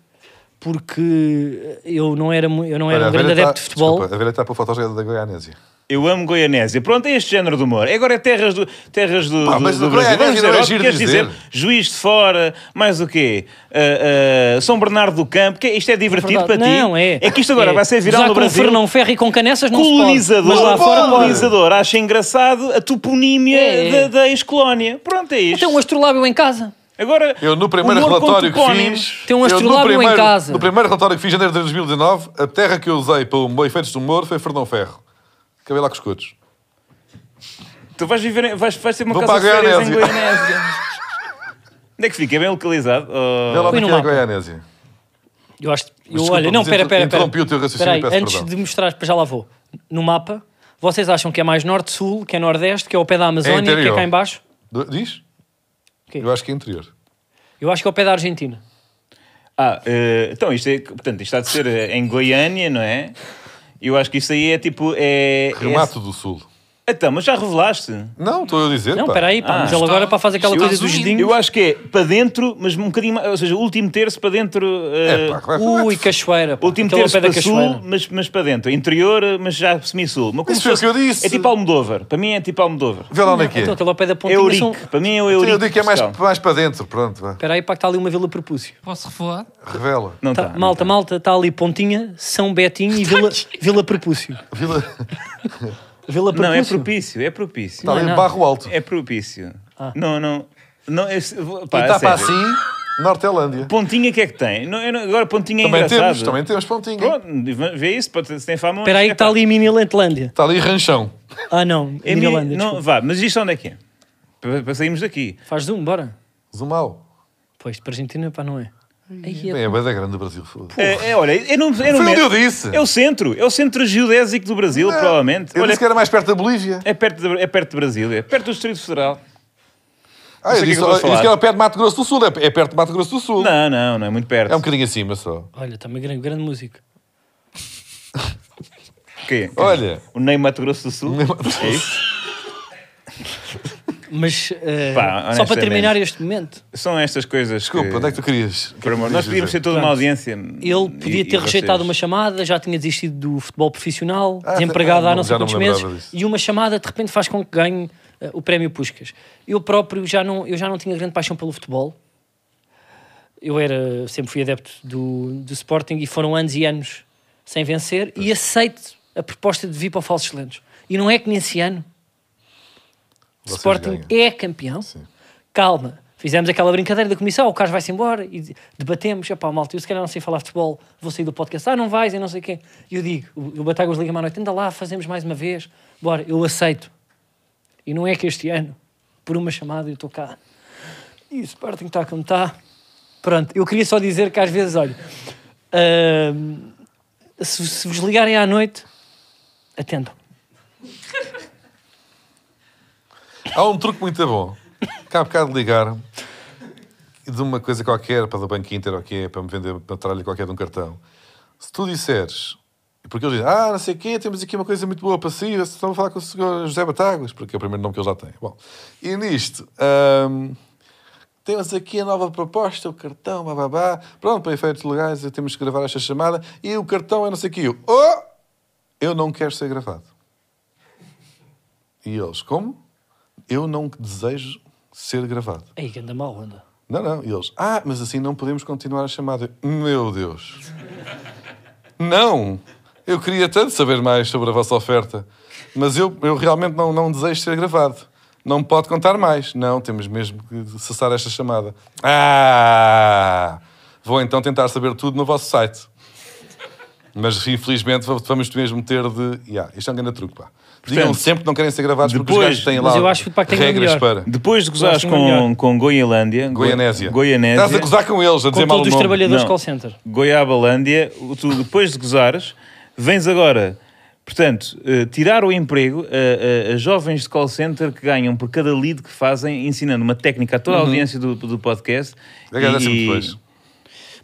C: porque eu não era, mu- eu não era
B: Olha,
C: um grande
B: a velha
C: adepto
B: tá-
C: de futebol.
B: desculpa, a velha está para a foto da Goianésia.
A: Eu amo Goianésia. Pronto, é este género de humor. É Agora é terras do, terras do,
B: Pá,
A: do-
B: mas
A: do
B: a
A: Brasil.
B: Goianésia não é
A: ao que
B: giro
A: queres
B: dizer.
A: Juiz de Fora, mais o quê? Ah, ah, São Bernardo do Campo. Que isto é divertido
C: Verdade.
A: para ti.
C: Não, é.
A: que isto agora
C: É.
A: vai ser viral
C: Usar
A: no
C: com
A: Brasil.
C: Fernão Ferro e com canessas não se pode.
A: colonizador.
C: Mas lá fora pode.
A: colonizador. Acha engraçado a toponímia
C: É.
A: da, da ex-colónia. Pronto, é isto.
C: Tem um astrolábio em casa.
A: Agora,
B: Eu no primeiro
A: humor com
B: relatório que
A: topónimos.
B: fiz.
C: Tem um
B: eu, no
C: astrolábio em
B: primeiro-
C: casa.
B: No primeiro relatório que fiz em janeiro de 2019, a terra que eu usei para o meu efeitos de humor foi Fernão Ferro. Acabei lá com os cotos.
A: Tu vais viver, em- vais, vais ter uma
B: Vou
A: casa de
B: para a
A: férias em
B: Goianésia.
A: Goianésia.
B: *laughs*
A: Onde é que fica? É bem localizado? Oh.
B: Vê lá
C: Põe
B: onde é
C: no
B: a
C: mapa.
B: Goianésia.
C: Eu acho. Eu,
B: desculpa,
C: olha, não,
B: mas
C: pera,
B: inter-
C: pera. pera.
B: interrompi o teu raciocínio,
C: Espera aí,
B: peço
C: antes
B: perdão.
C: de mostrar, já lá vou. No mapa, vocês acham que é mais norte-sul, que é nordeste, que é o pé da Amazónia, que é
B: interior.
C: cá em baixo?
B: Do- Diz?
C: Quê?
B: Eu acho que é interior.
C: Eu acho que é o pé da Argentina.
A: Ah, eh, então isto é, portanto, isto está de ser eh, em Goiânia, não é? Eu acho que isso aí é tipo. É,
B: Remato do Sul.
A: é- Então, mas já revelaste.
B: Não, estou eu a dizer.
C: Não,
B: pá.
C: espera aí, pá.
A: Ah.
C: mas ele agora para fazer aquela
D: Sim,
C: coisa
D: Estados
C: dos
D: Unidos.
C: dedinhos.
A: Eu acho que é para dentro, mas um bocadinho mais. Ou seja, o último terço para dentro. eh,
B: É, pá, claro.
C: Ui, cachoeira. Pá.
A: Último
C: Aquele Então,
A: terço
C: ao pé da
A: para sul,
C: cachoeira.
A: mas, mas para dentro. Interior, eh, mas já semi-sul. Mas como
B: Isso foi o
A: fosse-
B: que eu disse.
A: É tipo Almodóvar. Para mim é tipo Almodóvar.
B: Vê lá onde é que é.
C: Então, aquele ao pé da
A: É
C: pontinha são...
A: Eurique. Para mim é o
B: Eu,
A: Eurique.
B: digo que é mais,
A: Portugal.
B: mais para dentro. Pronto, vá.
C: Espera aí, pá, que está ali uma Vila Propúcio.
D: Posso revelar?
B: Revela.
A: Não
C: Tá,
A: está. não
C: malta,
A: está.
C: malta, está ali Pontinha, São Betinho e Vila, Vila Propúcio.
B: Vila...
C: Vila
A: Não, é
C: Propúcio.
A: propício. É propício.
B: Está ali
C: nada.
B: Barro Alto.
A: É propício.
C: Ah.
A: Não, não. Não, eu, pá,
B: E
A: a
C: é
B: está para
A: sério.
B: assim, Nortelândia.
A: Pontinha que é que tem? Não, eu não- agora pontinha é
B: Também
A: engraçado.
B: temos, também temos pontinho.
A: Pronto, vê isso, pode- se tem fama...
C: Espera aí,
A: é
C: que está
A: pá.
C: ali Minilantlândia.
B: Está ali Ranchão.
C: Ah, não,
A: É
C: Minilândia.
A: mi- não, vá, mas isto onde é que é? Para, para sairmos daqui.
C: Faz zoom, bora.
B: Zumal.
C: Pois, para a Argentina, pá, não é? Aí
B: Bem,
C: é-
B: é bem da grande do Brasil. foda-se.
A: É, é, olha, eu não, eu não
B: Foi onde
A: meto-
B: eu disse.
A: É o centro, é o centro geodésico do Brasil,
B: Não,
A: provavelmente.
B: É. Eu
A: olha,
B: disse que era mais perto da Bolívia.
A: é, perto de, é perto de Brasília, é perto do Distrito Federal.
B: Ah,
A: sei
B: eu
A: o que é que
B: disse,
A: eu estou a
B: eu disse
A: falar.
B: que era perto de Mato Grosso do Sul. É, é perto de Mato Grosso do Sul.
A: Não, não, não, é muito perto.
B: É um bocadinho acima só.
C: Olha, também grande, grande música.
A: Quê?
B: Olha.
A: O Ney Mato Grosso do Sul? É isso?
C: Mas, eh,
A: Pá,
C: só para
A: honestamente.
C: terminar este momento,
A: São estas coisas
B: Desculpa,
A: que...
B: onde é que tu querias?
A: Por amor, nós podíamos ter toda uma
C: Pronto.
A: audiência.
C: ele podia ter rejeitado uma chamada, já tinha desistido do futebol profissional, desempregado
B: ah,
C: há
B: não,
C: não
B: já
C: sei
B: não
C: quantos
B: me
C: meses,
B: lembrava disso.
C: e uma chamada de repente faz com que ganhe eh, o prémio Puscas. Eu próprio já não, eu já não tinha grande paixão pelo futebol. Eu era, sempre fui adepto do, do Sporting e foram anos e anos sem vencer e aceito a proposta de vir para o Falsos Lentos. E não é que nesse ano
B: Vocês
C: Sporting é campeão. Calma. Fizemos aquela brincadeira da comissão, o Carlos vai-se embora e debatemos. Epá, malta, eu se calhar não sei falar de futebol, vou sair do podcast. Ah, não vais, e não sei o quê. E eu digo, o o Batagas liga-me à noite, anda lá, fazemos mais uma vez. Bora, eu aceito. E não é que este ano, por uma chamada, eu estou cá. E o Sporting está como está. Pronto, eu queria só dizer que às vezes, olha, hum, se, se vos ligarem à noite, atendam.
B: Há um truque muito bom. Cá há bocado ligaram de uma coisa qualquer, para do Banco Inter ou quê, para me vender uma tralha qualquer de um cartão. Se tu disseres, porque eles dizem, ah, não sei o quê, temos aqui uma coisa muito boa para si, estão a falar com o senhor José Batáguas, porque é o primeiro nome que ele já tem. Bom, e nisto, hum, temos aqui a nova proposta, o cartão, bababá, pronto, para efeitos legais, temos que gravar esta chamada, e o cartão é não sei o quê. Eu, Oh! Eu não quero ser gravado. E eles, como? Eu não desejo ser gravado.
C: Ei, que anda mal, anda.
B: Não, não. E eles, ah, mas assim não podemos continuar a chamada. Eu, Meu Deus. Não! Eu queria tanto saber mais sobre a vossa oferta, mas eu, eu realmente não, não desejo ser gravado. Não pode contar mais. Não, temos mesmo que cessar esta chamada. Ah! Vou então tentar saber tudo no vosso site. Mas infelizmente va- vamos mesmo ter de. Yeah, isto é um grande truque, pá. Digam
A: Portanto,
B: sempre que não querem ser gravados porque os
A: depois-
B: gajos têm lá
C: Mas eu acho que o Pac tem
B: regras
C: melhor.
B: para.
A: Depois de
C: Eu
A: gozares
C: acho que não é
A: com,
C: melhor.
A: com Goialândia, Goi-
B: Goianésia.
A: Goianésia,
B: Estás a gozar com eles, a dizer
C: Com
B: mal o
C: todos os
B: nome.
C: trabalhadores
A: Não.
C: call center.
A: Goiabalândia, o- tu depois de gozares, vens agora, portanto, eh, tirar o emprego a, a- a jovens de call center que ganham por cada lead que fazem, ensinando uma técnica a toda
C: Uhum.
A: a audiência do, do podcast.
B: Agradecem-me depois.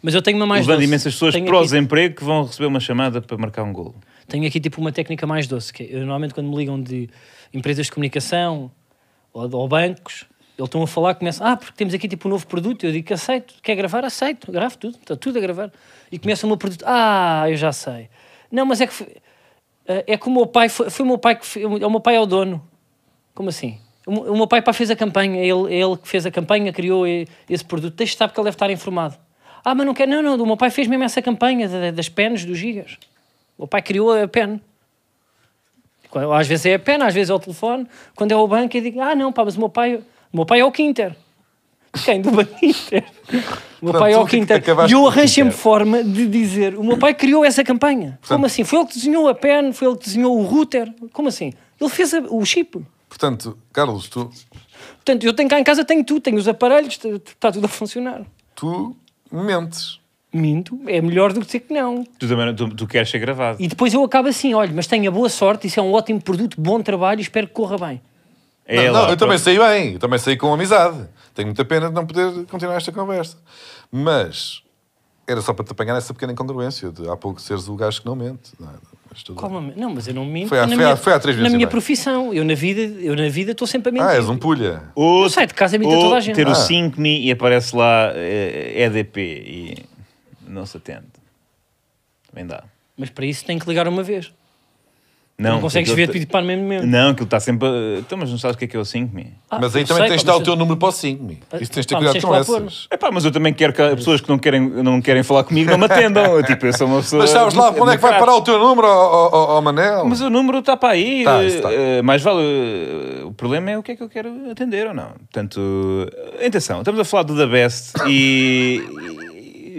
C: Mas eu tenho uma mais
A: levando
C: doce.
A: imensas pessoas
C: Tenho
A: para o
C: aqui-
A: desemprego que vão receber uma chamada para marcar um golo.
C: tenho aqui tipo uma técnica mais doce, que é, eu, normalmente quando me ligam de empresas de comunicação ou, de- ou bancos, eles estão a falar, começam, ah, porque temos aqui tipo um novo produto, eu digo que aceito, quer gravar? Aceito, gravo tudo, está tudo a gravar. E começa o meu produto, ah, eu já sei. Não, mas é que foi, eh, é que o meu pai, foi, foi o meu pai que, fe- o meu pai é o dono. Como assim? O meu- o meu pai pá, fez a campanha, ele, ele que fez a campanha, criou e- esse produto. Deixa estar porque ele deve estar informado. Ah, mas não quer, não, não, o meu pai fez mesmo essa campanha da- da- das pens dos gigas. O meu pai criou a pen. Quando- Às vezes é a pen, às vezes é o telefone. Quando é o banco, eu digo, ah não, pá, mas o meu pai, o meu pai é o Quinter. *laughs* Quem? Do Banco Inter. O meu
B: Pronto,
C: pai é
B: tu
C: o Quinter.
B: acabaste
C: E eu
B: com o
C: arranjo sempre
B: Quinter.
C: forma de dizer: o meu pai criou essa campanha. Como assim? Foi ele que desenhou a pen, foi ele que desenhou o router. Como assim? Ele fez a- o chip.
B: Portanto, Carlos, tu,
C: Portanto, eu tenho cá em casa, tenho tudo, tenho os aparelhos, está está tudo a funcionar.
B: tu mentes.
C: Minto, é melhor do que dizer que não.
A: Tu também não- tu, tu queres ser gravado.
C: E depois eu acabo assim: olha, mas tenha boa sorte, isso é um ótimo produto, bom trabalho, espero que corra bem.
A: É lá,
B: não, não, eu
A: pronto.
B: também saí bem, eu também saí com amizade. Tenho muita pena de não poder continuar esta conversa. Mas era só para te apanhar essa pequena incongruência de há pouco seres o gajo que não mente. Não, é? mas tudo
C: Qual
B: bem.
C: momento? Não, mas eu não minto.
B: Foi há-
C: na
B: foi
C: minha,
B: há- foi há três
C: Na
B: vezes e
C: minha
B: bem.
C: profissão, eu na vida eu na vida estou sempre a mentir.
B: Ah, és um pulha.
A: Ou,
C: Eu saio de casa e minto a
A: ou
C: toda a gente.
A: ter
B: Ah.
A: o 5 me e aparece lá eh, EDP e não se atende. Também dá.
C: Mas para isso tem que ligar uma vez.
A: Não,
C: Não consegues
A: aquilo
C: ver
A: tá-
C: pedir para no mesmo momento.
A: Não, aquilo está sempre. a- Então, mas não sabes o que é que é o 5 me?
C: Ah,
B: mas aí
C: eu
B: também
C: sei,
B: tens de
C: pá,
B: dar o
C: mas
B: teu número para o 5, Mi. Isso tens de ter
C: Pá,
B: cuidado
C: mas
B: com
C: tens que lá
B: essas.
A: Epá, mas eu também quero que as pessoas que não querem, não querem falar comigo não me atendam. *laughs* Eu, tipo, eu sou uma pessoa.
B: Mas sabes lá para onde é que vai
A: democrática.
B: parar o teu número, ó, ó, ó, ó Manel?
A: Mas o número está para aí.
B: Tá,
A: eh,
B: isso tá.
A: eh, mais vale. eh, o problema é o que é que eu quero atender ou não. Portanto, eh, atenção, estamos a falar do The Best e,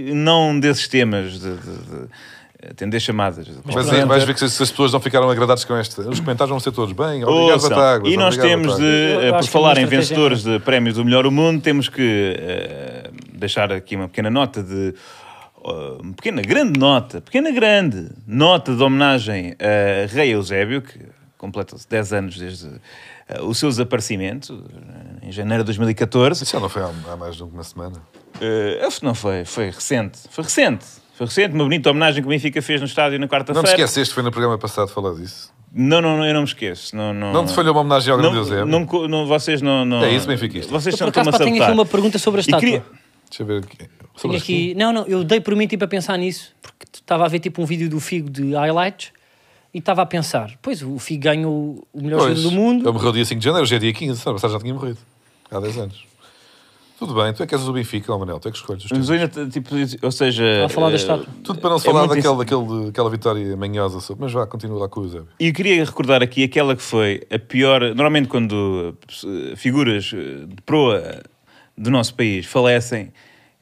A: e não desses temas de, de- de atender chamadas.
B: Mas aí vais ver que se, se as pessoas não ficaram agradadas com esta. Os comentários vão ser todos bem. Obrigado,
A: Ouçam,
B: Batáguas.
A: e nós
B: obrigado,
A: temos de,
B: Batáguas.
C: Eu
A: eh,
C: acho
A: por
C: que é
A: falar
C: uma
A: em
C: estratégia
A: vencedores de prémios do melhor do mundo, temos que eh, deixar aqui uma pequena nota de. oh, Uma pequena, grande nota, pequena, grande nota de homenagem a Rei Eusébio, que completa-se 10 anos desde eh, o seu desaparecimento, eh, em janeiro de 2014.
B: Isso já não foi há, um- há mais de uma semana.
A: Eh, acho que não foi, foi recente, foi recente, foi recente, uma bonita homenagem que o Benfica fez no estádio na
B: Não me
A: quarta-feira.
B: esqueceste, foi no programa passado falar disso.
A: Não, não, não, eu não me esqueço. Não, não,
B: Não te falhou uma homenagem ao
A: não,
B: grande Eusébio?
A: não, me co- não, vocês não, não.
B: É isso, benfiquista.
A: Vocês
C: Eu,
A: estão
C: por
A: a
C: acaso, pá, tenho
A: sabotar.
C: aqui uma pergunta sobre a
A: E
C: estátua.
A: queria-
B: Deixa eu ver aqui.
C: Tenho aqui... Não, não, eu dei por mim tipo a pensar nisso, porque t- estava a ver tipo um vídeo do Figo de highlights e estava a pensar, pois o Figo ganhou o melhor
B: Pois,
C: jogo do mundo.
B: Eu morri dia 5 de janeiro, hoje é dia 15, sabe? Passado já tinha morrido. Há 10 anos. Tudo bem, tu é que és do Benfica, ó Manel, tu é que escolhes. os teus.
A: Mas ainda, t- tipo, ou seja.
C: Estava a falar da
A: eh,
C: estátua.
B: Tudo para não se
A: é
B: falar
A: muito
B: daquele, daquele, daquela vitória manhosa. sobre- Mas vá, continua lá com o Eusébio.
A: E eu queria recordar aqui aquela que foi a pior. Normalmente, quando eh, figuras eh, de proa do nosso país falecem,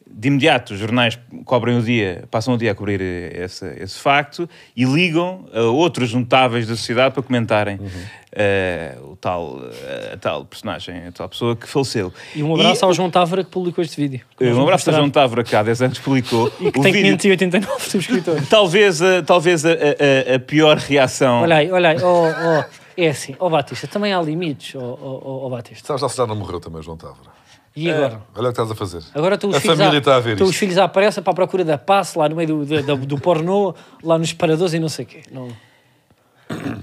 A: de imediato os jornais cobrem o dia, passam o dia a cobrir eh, essa- esse facto e ligam a outros notáveis da sociedade para comentarem
B: Uhum.
A: eh, o tal, eh, a tal personagem, a tal pessoa que faleceu.
C: E um
A: E-
C: abraço ao João Távora que publicou este vídeo.
A: eh, Um abraço a
C: Vamos
A: João Távora, que há 10 anos publicou.
C: mostrar. *laughs* E que
A: o
C: tem
A: vídeo.
C: 589 *laughs* subscritores.
A: Talvez, a, talvez a, a- a pior reação.
C: olha aí, olha aí, oh, oh, é assim, ó Batista, também há limites, ó oh, oh, oh, Batista.
B: Sabes lá se já não morreu também, João Távora.
C: E agora?
B: Olha o que estás a fazer.
C: Agora estão os,
B: É. a
C: filhos
B: família
C: à,
B: está a ver
C: estão os
B: isto.
C: filhos à pressa para a procura da passe lá no meio do, do, da- do pornô, lá nos paradores e não sei o quê. Não.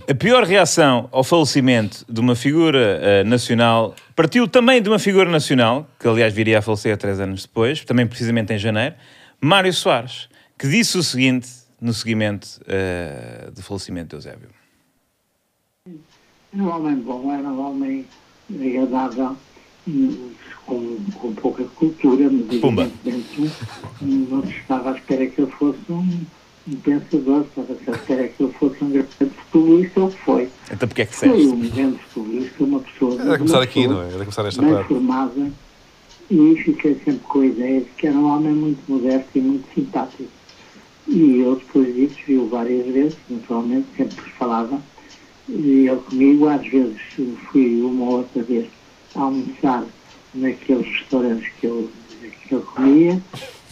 A: A pior reação ao falecimento de uma figura eh, nacional partiu também de uma figura nacional, que aliás viria a falecer três anos depois, também precisamente em janeiro, Mário Soares, que disse o seguinte no seguimento eh, do falecimento de Eusébio.
K: Era um homem bom, era um homem agradável, hum, com, com pouca cultura, mas
A: Pumba.
K: evidentemente hum, não se estava à espera que ele fosse um, um pensador, estava-se à espera que ele fosse um grande futebolista, ele foi.
A: Então porque é que
K: Foi
A: disseste?
K: um grande futebolista, uma pessoa
B: Era começar aqui, não é? Era começar nesta
K: bem
B: parte.
K: formada e fiquei sempre com a ideia de que era um homem muito modesto e muito simpático. E eu depois disso vi-o várias vezes, naturalmente, sempre que falava. E ele comigo, às vezes fui uma ou outra vez a almoçar naqueles restaurantes que eu, que eu comia.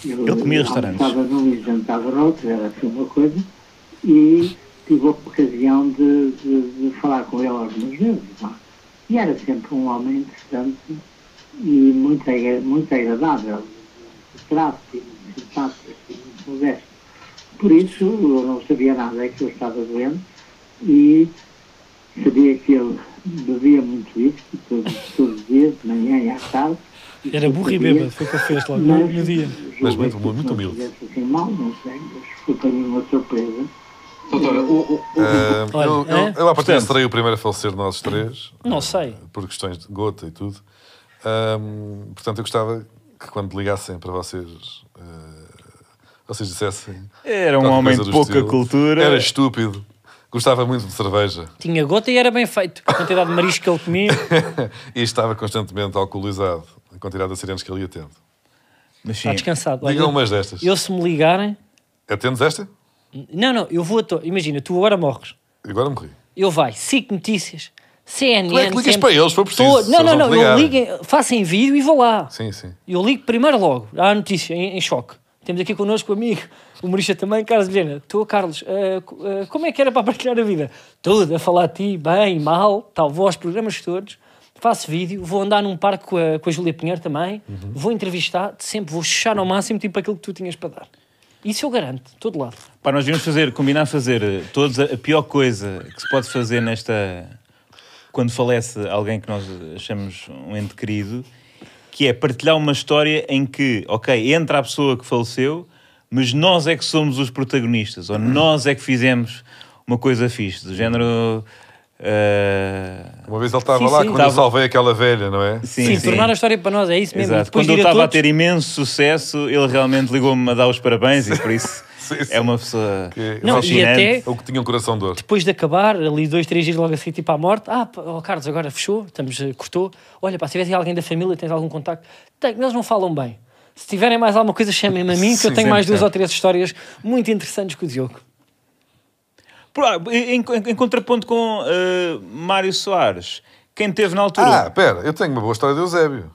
K: Eu
A: Ele comia restaurantes.
K: Almoçava num e jantava noutro, era assim uma coisa. E tive a ocasião de, de- de falar com ele algumas vezes. não é? E era sempre um homem interessante e muito, agra- muito agradável, de trato, e simpático, e muito modesto. Por isso, eu não sabia nada, é que eu estava doente e sabia que ele bebia muito whisky todos, todos os dias, de manhã e à tarde.
L: Era burro e bêbado, foi o que ele fez logo é? no, no dia.
B: Mas muito, muito humilde.
K: Fizesse assim mal, não sei, mas foi para mim uma surpresa. Doutora,
B: Ah, eu, eu,
C: é?
B: eu, à partida,
C: Portanto-
B: serei o primeiro a falecer de nós três.
C: Não sei.
B: por questões de gota e tudo. Ahm, portanto, eu gostava que quando ligassem para vocês, eh, vocês dissessem.
A: Era um
B: qualquer
A: homem
B: coisa
A: de
B: do
A: pouca cultura.
B: Era estúpido. Gostava muito de cerveja *laughs*
C: Tinha gota e era bem feito. A quantidade de marisco que ele comia.
B: e estava constantemente alcoolizado. A quantidade de acidentes que ele ia tendo.
C: Está descansado. Olha,
B: Digam umas destas.
C: Eu se me ligarem.
B: Atendes esta?
C: Não, não, eu vou a to... Imagina, tu agora morres.
B: Agora morri.
C: Eu vai, SIC Notícias, CNN.
B: Tu é que ligas
C: sempre-
B: para eles, se for preciso,
C: Tô-
B: se
C: Não,
B: eles
C: não,
B: não
C: não,
B: te
C: não
B: ligarem.
C: liguem, façam vídeo e vou lá.
B: Sim, sim.
C: Eu ligo primeiro logo, há a notícia, em, em choque. Temos aqui connosco o amigo, o humorista também, Carlos Vilhena. Estou, Carlos, ah, co- ah, como é que era para partilhar a vida? Tudo, a falar de ti, bem, mal, tal, vou aos programas todos, faço vídeo, vou andar num parque com a, com a Júlia Pinheiro também,
A: Uhum.
C: vou entrevistar, sempre vou chuchar ao máximo tipo aquilo que tu tinhas para dar. Isso eu garanto, todo lado.
A: Pá, nós devíamos fazer, combinar fazer eh, todos a, a pior coisa que se pode fazer nesta. quando falece alguém que nós achamos um ente querido, que é partilhar uma história em que, ok, entra a pessoa que faleceu, mas nós é que somos os protagonistas, ou nós é que fizemos uma coisa fixe, do género. eh,
B: Uma vez ele Estava lá quando eu salvei aquela velha, não é?
A: Sim, Sim, sim.
C: Tornar a história para nós, é isso mesmo. E
A: Exato.
C: depois
A: Quando eu
C: ir a
A: estava a
C: todos-
A: ter imenso sucesso, ele realmente ligou-me a dar os parabéns e por
C: *laughs*
A: isso é uma pessoa
C: Não, e
A: fascinante.
C: até-
B: O que tinha um coração de ouro.
C: depois de acabar, ali dois, três dias logo a seguir, tipo à morte, ah, pá, ó, Carlos, agora fechou, estamos, eh, cortou. Olha, pá, se tiver alguém da família, tens algum contacto? Tenho, eles não falam bem. Se tiverem mais alguma coisa, chamem-me a mim, que
A: Sim,
C: eu tenho mais
A: sempre,
C: duas
A: sempre.
C: ou três histórias muito interessantes com o Diogo.
A: Por- ah, Em, em- em contraponto com ah, Mário Soares, quem teve na altura.
B: Ah, pera, eu tenho uma boa história de Eusébio.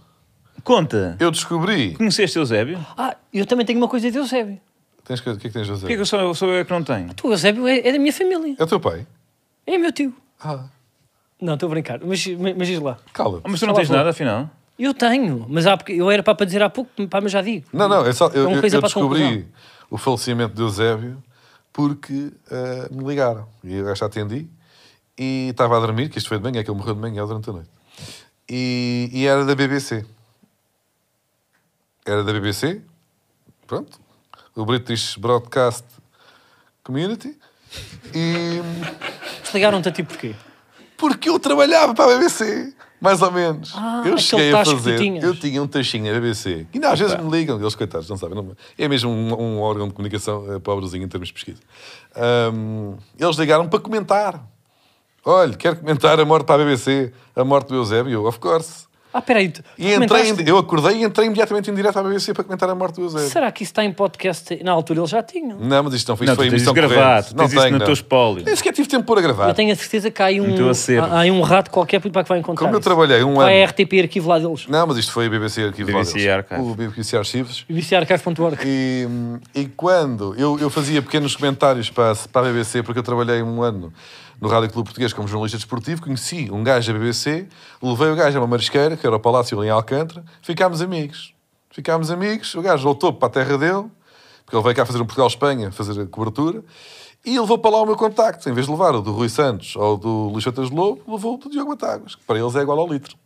A: Conta.
B: Eu descobri.
A: Conheceste Eusébio?
C: Ah, eu também tenho uma coisa de Eusébio.
B: Tens que- O que é que tens, Eusébio?
A: Porquê que eu sou, sou eu que não tenho?
C: Tu, Eusébio, é, é da minha família.
B: É o teu pai?
C: É meu tio.
B: Ah.
C: Não, estou a brincar. Mas, mas, mas diz lá.
B: Cala.
A: Ah, Mas tu não tens nada, afinal?
C: Eu tenho, mas há, porque- eu era para dizer há pouco, pá, mas já digo.
B: Não, não, é só, eu,
C: É uma
B: eu-
C: coisa
B: eu
C: para a
B: descobri
C: conclusão.
B: o falecimento de Eusébio porque ah, me ligaram. E eu já atendi e estava a dormir, que isto foi de manhã, que ele morreu de manhã durante a noite. E, e era da BBC. Era da BBC, pronto, o British Broadcast Community. E
C: Mas ligaram-te a ti porquê?
B: porque eu trabalhava para a BBC, mais ou menos.
C: Ah,
B: eu
C: aquele
B: cheguei a
C: tacho que tu
B: fazer.
C: tinhas.
B: Eu tinha um tachinho na BBC. E não, às vezes
A: Opa.
B: me ligam, eles coitados, não sabem. não- é mesmo um, um órgão de comunicação eh, pobrezinho em termos de pesquisa. Ahm, eles ligaram para comentar. Olha, quero comentar a morte para a BBC, a morte do Eusébio, E eu, of course.
C: Ah, peraí. tu-
B: E entrei,
C: comentaste?
B: em- eu acordei e entrei imediatamente em direto para a BBC para comentar a morte do Eusébio.
C: Será que isso está em podcast? Na altura eles já tinham.
B: Não, mas isto não foi,
A: Não,
B: isto foi
A: tu tens
B: emissão
A: isso gravado,
B: corrente.
A: tu tens isso no teu espólio.
B: Nem sequer tive tempo para gravar.
C: Eu tenho a certeza que há aí
B: No teu
C: um,
B: acervo.
C: há, há aí um rato qualquer puto, pá, que vai encontrar.
B: Então, Como eu
C: isso.
B: trabalhei um
C: Vai
B: ano-
C: a RTP arquivo lá deles.
B: Não, mas isto foi a BBC Arquivo lá
A: BBC
B: deles.
A: Archive.
B: O BBC Archives.
C: bbcarchive.org.
B: E, e quando eu, eu fazia pequenos comentários para, a- para a BBC, porque eu trabalhei um ano no Rádio Clube Português como jornalista desportivo, conheci um gajo da BBC, levei o gajo a uma marisqueira, que era o Palácio ali em Alcântara, ficámos amigos. Ficámos amigos, o gajo voltou para a terra dele, porque ele veio cá fazer um Portugal-Espanha, fazer a cobertura, e levou para lá o meu contacto. Em vez de levar o do Rui Santos ou do Luís Freitas Lobo, levou o do Diogo Batáguas, que para eles é igual ao litro.